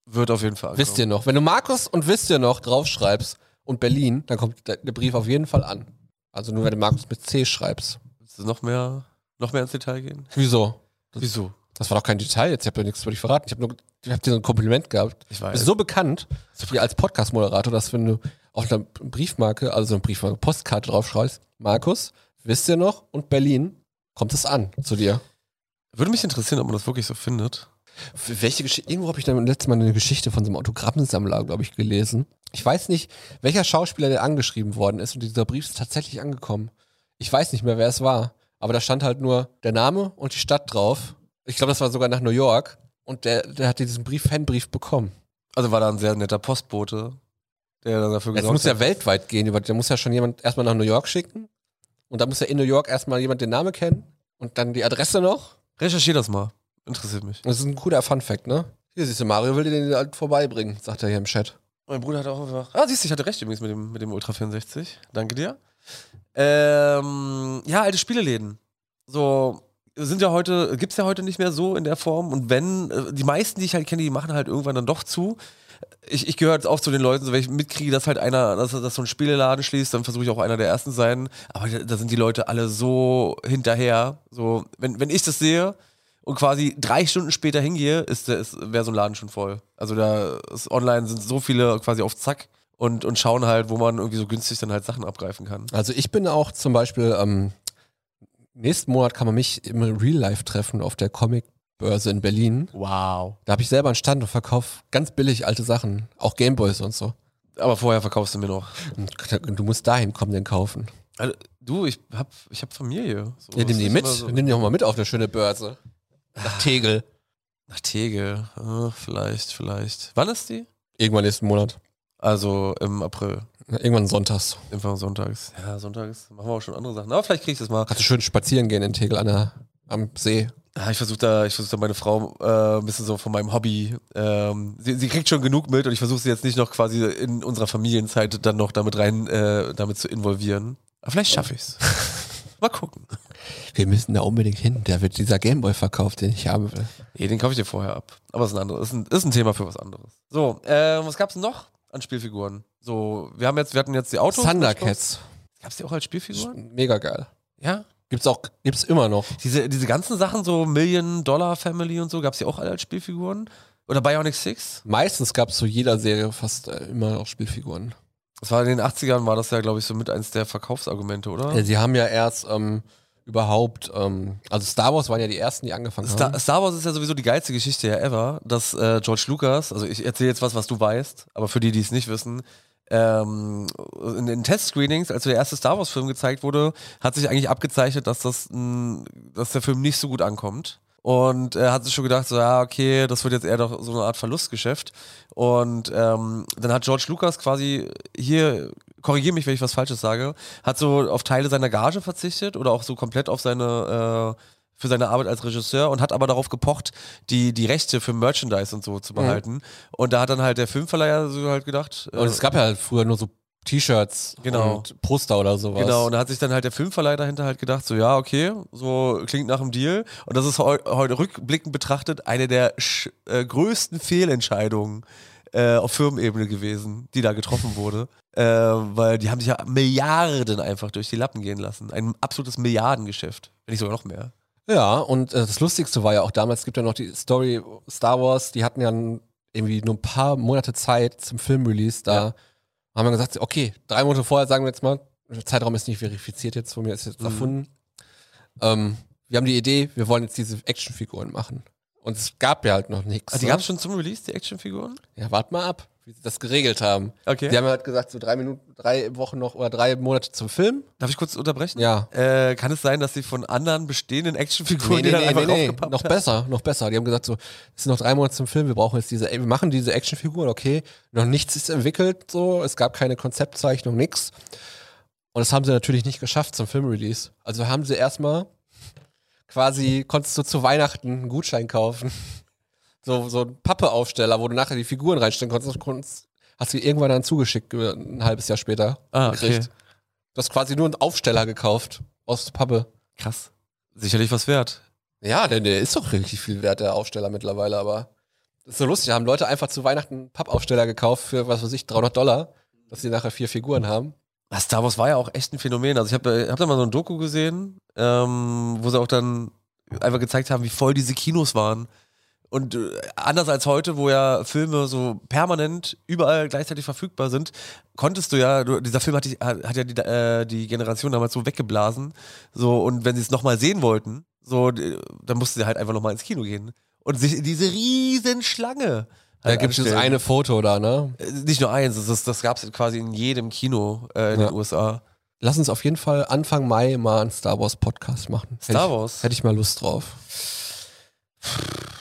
Speaker 4: wird auf jeden Fall.
Speaker 1: Wisst ihr noch? Wenn du Markus und wisst ihr noch draufschreibst und Berlin, dann kommt der der Brief auf jeden Fall an. Also nur wenn du Markus mit C schreibst.
Speaker 4: Willst du noch mehr, noch mehr ins Detail gehen?
Speaker 1: Wieso?
Speaker 4: Wieso?
Speaker 1: Das war doch kein Detail jetzt, ich habe ja nichts über dich verraten. Ich habe nur ich hab dir so ein Kompliment gehabt.
Speaker 4: Ich
Speaker 1: Du
Speaker 4: weiß.
Speaker 1: bist so bekannt hier als Podcast-Moderator, dass wenn du auf einer Briefmarke, also so eine Briefmarke, Postkarte draufschreibst, Markus, wisst ihr noch, und Berlin, kommt es an zu dir.
Speaker 4: Würde mich interessieren, ob man das wirklich so findet.
Speaker 1: Welche Geschichte? Irgendwo habe ich dann letztes Mal eine Geschichte von so einem Autogrammsammler, glaube ich, gelesen. Ich weiß nicht, welcher Schauspieler der angeschrieben worden ist und dieser Brief ist tatsächlich angekommen. Ich weiß nicht mehr, wer es war, aber da stand halt nur der Name und die Stadt drauf. Ich glaube, das war sogar nach New York. Und der, der hat diesen Brief, Fanbrief bekommen.
Speaker 4: Also war da ein sehr netter Postbote, der dann dafür
Speaker 1: Es
Speaker 4: gesorgt
Speaker 1: muss ja
Speaker 4: hat.
Speaker 1: weltweit gehen. über- Da muss ja schon jemand erstmal nach New York schicken. Und da muss ja in New York erstmal jemand den Namen kennen. Und dann die Adresse noch.
Speaker 4: Recherchier das mal. Interessiert mich.
Speaker 1: Das ist ein cooler Funfact, ne? Hier siehst du, Mario will dir den halt vorbeibringen, sagt er hier im Chat.
Speaker 4: Mein Bruder hat auch einfach. Ah, siehst du, ich hatte recht übrigens mit dem, mit dem Ultra 64. Danke dir. Ähm, ja, alte Spieleläden. So, sind ja heute, gibt's ja heute nicht mehr so in der Form. Und wenn, äh, die meisten, die ich halt kenne, die machen halt irgendwann dann doch zu. Ich, ich gehöre jetzt auch zu den Leuten, so, wenn ich mitkriege, dass halt einer, dass, dass so ein Spieleladen schließt, dann versuche ich auch einer der ersten zu sein. Aber da, da sind die Leute alle so hinterher. So, wenn, wenn ich das sehe, und quasi drei Stunden später hingehe, ist, der- ist, wäre so ein Laden schon voll. Also da ist online sind so viele quasi auf Zack und, und schauen halt, wo man irgendwie so günstig dann halt Sachen abgreifen kann.
Speaker 1: Also ich bin auch zum Beispiel, ähm, nächsten Monat kann man mich im Real Life treffen auf der Comic-Börse in Berlin.
Speaker 4: Wow.
Speaker 1: Da habe ich selber einen Stand und verkaufe ganz billig alte Sachen, auch Gameboys und so.
Speaker 4: Aber vorher verkaufst du mir noch.
Speaker 1: Und du musst dahin kommen, den kaufen.
Speaker 4: Also, du, ich hab, ich hab Familie. So,
Speaker 1: Ja, nimm
Speaker 4: Oh, das
Speaker 1: die
Speaker 4: ist
Speaker 1: mit,
Speaker 4: immer so-
Speaker 1: nimm die auch mal mit auf eine schöne Börse. Nach Tegel.
Speaker 4: Nach Tegel. Ah, vielleicht, vielleicht. Wann ist die?
Speaker 1: Irgendwann nächsten Monat.
Speaker 4: Also im April.
Speaker 1: Ja, Irgendwann sonntags.
Speaker 4: Irgendwann sonntags. Ja, sonntags machen wir auch schon andere Sachen. Aber vielleicht krieg ich das mal.
Speaker 1: Kannst du schön spazieren gehen in Tegel an der, am See.
Speaker 4: Ah, ich versuche da, ich versuch da meine Frau äh, ein bisschen so von meinem Hobby. Ähm, sie, sie kriegt schon genug mit und ich versuche sie jetzt nicht noch quasi in unserer Familienzeit dann noch damit rein, äh, damit zu involvieren. Aber vielleicht schaffe ich's. Mal gucken.
Speaker 1: Wir müssen da unbedingt hin. Da wird dieser Gameboy verkauft, den ich haben will.
Speaker 4: Nee, den kaufe ich dir vorher ab. Aber ist ein anderes, ist ein, ist ein Thema für was anderes. So, äh, was gab's noch an Spielfiguren? So, wir haben jetzt, wir hatten jetzt die Autos.
Speaker 1: Thundercats.
Speaker 4: Gab's die auch als Spielfiguren?
Speaker 1: Mega geil.
Speaker 4: Ja.
Speaker 1: Gibt's auch, gibt's immer noch.
Speaker 4: Diese, diese ganzen Sachen, so Million Dollar Family und so, gab's die auch alle als Spielfiguren? Oder Bionic Six?
Speaker 1: Meistens gab's zu jeder Serie fast äh, immer auch Spielfiguren.
Speaker 4: Das war in den 80ern, war das ja, glaube ich, so mit eins der Verkaufsargumente, oder?
Speaker 1: Ja, Äh, sie haben ja erst ähm, überhaupt, ähm, also Star Wars waren ja die ersten, die angefangen
Speaker 4: Star,
Speaker 1: haben.
Speaker 4: Star Wars ist ja sowieso die geilste Geschichte ja ever, dass äh, George Lucas, also ich erzähle jetzt was, was du weißt, aber für die, die es nicht wissen, ähm, in den Test-Screenings, als der erste Star Wars-Film gezeigt wurde, hat sich eigentlich abgezeichnet, dass, das, mh, dass der Film nicht so gut ankommt. Und er hat sich schon gedacht, so, ja, okay, das wird jetzt eher doch so eine Art Verlustgeschäft. Und ähm, dann hat George Lucas quasi hier, korrigiere mich, wenn ich was Falsches sage, hat so auf Teile seiner Gage verzichtet oder auch so komplett auf seine äh, für seine Arbeit als Regisseur und hat aber darauf gepocht, die, die Rechte für Merchandise und so zu behalten. Und da hat dann halt der Filmverleiher so halt gedacht. äh,
Speaker 1: Und es gab ja halt früher nur so T-Shirts
Speaker 4: Genau.
Speaker 1: und Poster oder sowas.
Speaker 4: Genau, und da hat sich dann halt der Filmverleih dahinter halt gedacht, so ja, okay, so klingt nach einem Deal. Und das ist heu heute rückblickend betrachtet eine der sch äh, größten Fehlentscheidungen äh, auf Firmenebene gewesen, die da getroffen wurde. Äh, weil die haben sich ja Milliarden einfach durch die Lappen gehen lassen. Ein absolutes Milliardengeschäft. Wenn nicht sogar noch mehr.
Speaker 1: Ja, und äh, das Lustigste war ja auch damals, gibt ja noch die Story Star Wars, die hatten ja n- irgendwie nur ein paar Monate Zeit zum Filmrelease. Da haben wir gesagt, okay, drei Monate vorher sagen wir jetzt mal, der Zeitraum ist nicht verifiziert jetzt von mir, ist jetzt
Speaker 4: Mhm.
Speaker 1: erfunden. Ähm, wir haben die Idee, wir wollen jetzt diese Actionfiguren machen. Und es gab ja halt noch nichts.
Speaker 4: Also, die
Speaker 1: ne?
Speaker 4: gab es schon zum Release, die Actionfiguren?
Speaker 1: Ja, wart mal ab, wie sie das geregelt haben.
Speaker 4: Okay.
Speaker 1: Die haben halt gesagt, so drei Minuten, drei Wochen noch oder drei Monate zum Film.
Speaker 4: Darf ich kurz unterbrechen?
Speaker 1: Ja.
Speaker 4: Äh, kann es sein, dass sie von anderen bestehenden Actionfiguren
Speaker 1: Nee,
Speaker 4: die
Speaker 1: nee,
Speaker 4: dann
Speaker 1: nee,
Speaker 4: einfach
Speaker 1: nee, nee.
Speaker 4: aufgepappt
Speaker 1: Noch
Speaker 4: haben?
Speaker 1: besser, noch besser. Die haben gesagt so, es sind noch drei Monate zum Film, wir brauchen jetzt diese, wir machen diese Actionfiguren, okay. Noch nichts ist entwickelt, so, es gab keine Konzeptzeichnung, nix. Und das haben sie natürlich nicht geschafft zum Filmrelease. Also haben sie erstmal quasi, konntest du zu Weihnachten einen Gutschein kaufen. So, so ein Pappeaufsteller, wo du nachher die Figuren reinstellen konntest. konntest hast du irgendwann dann zugeschickt, äh, ein halbes Jahr später.
Speaker 4: Ah, okay.
Speaker 1: gekriegt. Du hast quasi nur einen Aufsteller gekauft aus Pappe.
Speaker 4: Krass. Sicherlich was wert.
Speaker 1: Ja, denn der ist doch richtig viel wert, der Aufsteller mittlerweile, aber das ist so lustig. Da haben Leute einfach zu Weihnachten einen Pappaufsteller gekauft für, was weiß ich, 300 Dollar, dass sie nachher vier Figuren haben.
Speaker 4: Ah, Star Wars war ja auch echt ein Phänomen. Also ich habe hab da mal so ein Doku gesehen, ähm, wo sie auch dann einfach gezeigt haben, wie voll diese Kinos waren. Und äh, anders als heute, wo ja Filme so permanent überall gleichzeitig verfügbar sind, konntest du ja, du, dieser Film hat, die, hat, hat ja die, äh, die Generation damals so weggeblasen. So, und wenn sie es nochmal sehen wollten, so, d- dann mussten sie halt einfach nochmal ins Kino gehen. Und sich in diese riesen Schlange.
Speaker 1: Da
Speaker 4: halt
Speaker 1: gibt es das
Speaker 4: anstellen.
Speaker 1: eine Foto da, ne?
Speaker 4: Äh, Nicht nur eins, das, ist- das gab es quasi in jedem Kino äh, in
Speaker 1: Ja.
Speaker 4: den USA.
Speaker 1: Lass uns auf jeden Fall Anfang Mai mal einen Star Wars Podcast machen.
Speaker 4: Star
Speaker 1: hätte
Speaker 4: Wars?
Speaker 1: Ich, hätte ich mal Lust drauf.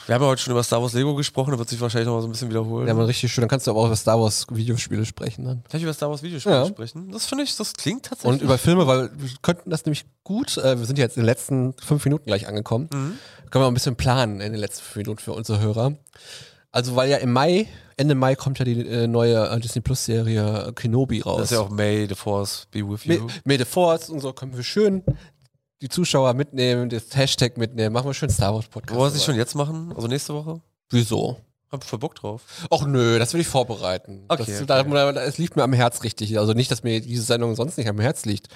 Speaker 4: Wir haben ja heute schon über Star Wars Lego gesprochen, da wird sich wahrscheinlich noch mal so ein bisschen wiederholen.
Speaker 1: Ja, man richtig schön. Dann kannst du aber auch über Star Wars Videospiele sprechen dann.
Speaker 4: Kann ich über Star Wars Videospiele
Speaker 1: Ja.
Speaker 4: sprechen? Das finde ich, das klingt tatsächlich.
Speaker 1: Und über Filme, weil wir könnten das nämlich gut, äh, wir sind ja jetzt in den letzten fünf Minuten gleich angekommen,
Speaker 4: Mhm.
Speaker 1: können wir ein bisschen planen in den letzten fünf Minuten für unsere Hörer. Also weil ja im Mai, Ende Mai kommt ja die äh, neue äh, Disney Plus Serie äh, Kenobi raus.
Speaker 4: das ist ja auch May the Force be with
Speaker 1: Me-
Speaker 4: you.
Speaker 1: May the Force und so können wir schön die Zuschauer mitnehmen, das Hashtag mitnehmen, machen wir schön Star Wars Podcast.
Speaker 4: Wollen wir es nicht schon jetzt machen? Also nächste Woche?
Speaker 1: Wieso?
Speaker 4: Hab voll Bock drauf.
Speaker 1: Och nö, das will ich vorbereiten.
Speaker 4: Okay,
Speaker 1: das,
Speaker 4: okay.
Speaker 1: Da, da, es liegt mir am Herz richtig. Also nicht, dass mir diese Sendung sonst nicht am Herz liegt.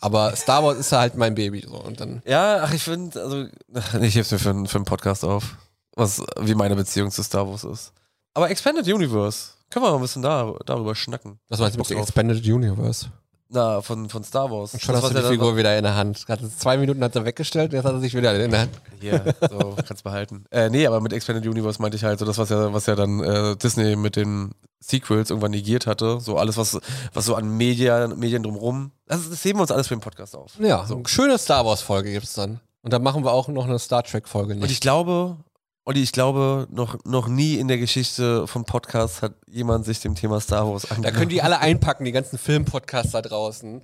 Speaker 1: Aber Star Wars ist ja halt mein Baby. So. Und dann
Speaker 4: Ja, ach, ich finde, also, ach, ich heb's mir für, einen- für einen Podcast auf, was, wie meine Beziehung zu Star Wars ist. Aber Expanded Universe, können wir mal ein bisschen da, darüber schnacken.
Speaker 1: Was meinst du mit
Speaker 4: Bock drauf.
Speaker 1: Expanded Universe?
Speaker 4: Na, von, von Star Wars.
Speaker 1: Und schon
Speaker 4: Das
Speaker 1: hast du
Speaker 4: war
Speaker 1: die
Speaker 4: ja
Speaker 1: Figur wieder in der Hand. Gerade zwei Minuten hat er weggestellt, jetzt hat er sich wieder in der Hand.
Speaker 4: Hier, so, kannst behalten. Äh, nee, aber mit Expanded Universe meinte ich halt so das, was ja, was ja dann äh, Disney mit den Sequels irgendwann negiert hatte. So alles, was, was so an Medien, Medien drumrum. Also das heben wir uns alles für den Podcast auf.
Speaker 1: Ja,
Speaker 4: So.
Speaker 1: so. schöne Star Wars-Folge gibt's dann. Und dann machen wir auch noch eine Star Trek-Folge
Speaker 4: Und ich
Speaker 1: nicht.
Speaker 4: glaube, Olli, ich glaube, noch, noch nie in der Geschichte vom Podcast hat jemand sich dem Thema Star Wars
Speaker 1: Da
Speaker 4: angenommen.
Speaker 1: können die alle einpacken, die ganzen Film-Podcasts da draußen.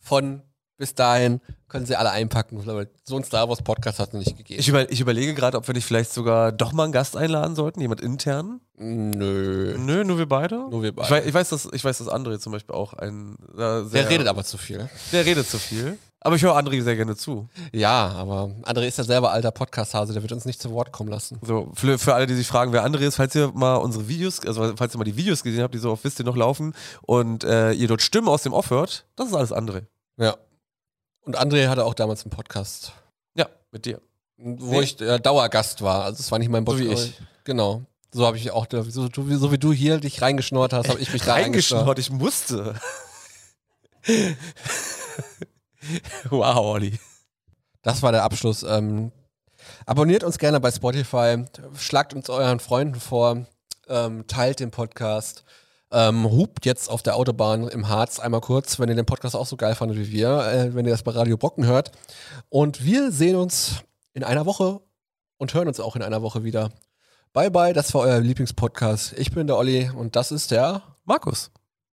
Speaker 1: Von bis dahin können sie alle einpacken. weil So ein Star Wars-Podcast hat es noch nicht gegeben.
Speaker 4: ich, über, ich überlege gerade, ob wir nicht vielleicht sogar doch mal einen Gast einladen sollten, jemand intern.
Speaker 1: Nö.
Speaker 4: Nö, nur wir beide.
Speaker 1: Nur wir beide.
Speaker 4: Ich weiß, ich weiß, dass, ich weiß, dass André zum Beispiel auch ein. äh, sehr,
Speaker 1: Der redet aber zu viel. ne?
Speaker 4: Der redet zu viel. Aber ich höre André sehr gerne zu.
Speaker 1: Ja, aber André ist ja selber alter Podcast-Hase, der wird uns nicht zu Wort kommen lassen.
Speaker 4: So, für, für alle, die sich fragen, wer André ist, falls ihr mal unsere Videos, also falls ihr mal die Videos gesehen habt, die so auf Wisst ihr noch laufen und äh, ihr dort Stimmen aus dem Off hört, das ist alles André.
Speaker 1: Ja. Und André hatte auch damals einen Podcast.
Speaker 4: Ja, mit dir.
Speaker 1: wo
Speaker 4: Nee.
Speaker 1: ich äh, Dauergast war. Also es war nicht mein
Speaker 4: So
Speaker 1: Podcast.
Speaker 4: wie ich.
Speaker 1: Genau. So habe ich auch, so, so, so wie du hier dich reingeschnurrt hast, habe ich mich da reingeschnurrt.
Speaker 4: Reingeschnurrt, ich musste. wow, Olli.
Speaker 1: Das war der Abschluss. Ähm, abonniert uns gerne bei Spotify, schlagt uns euren Freunden vor, ähm, teilt den Podcast, ähm, hupt jetzt auf der Autobahn im Harz einmal kurz, wenn ihr den Podcast auch so geil fandet wie wir, äh, wenn ihr das bei Radio Brocken hört. Und wir sehen uns in einer Woche und hören uns auch in einer Woche wieder. Bye bye, das war euer Lieblingspodcast. Ich bin der Olli und das ist der
Speaker 4: Markus.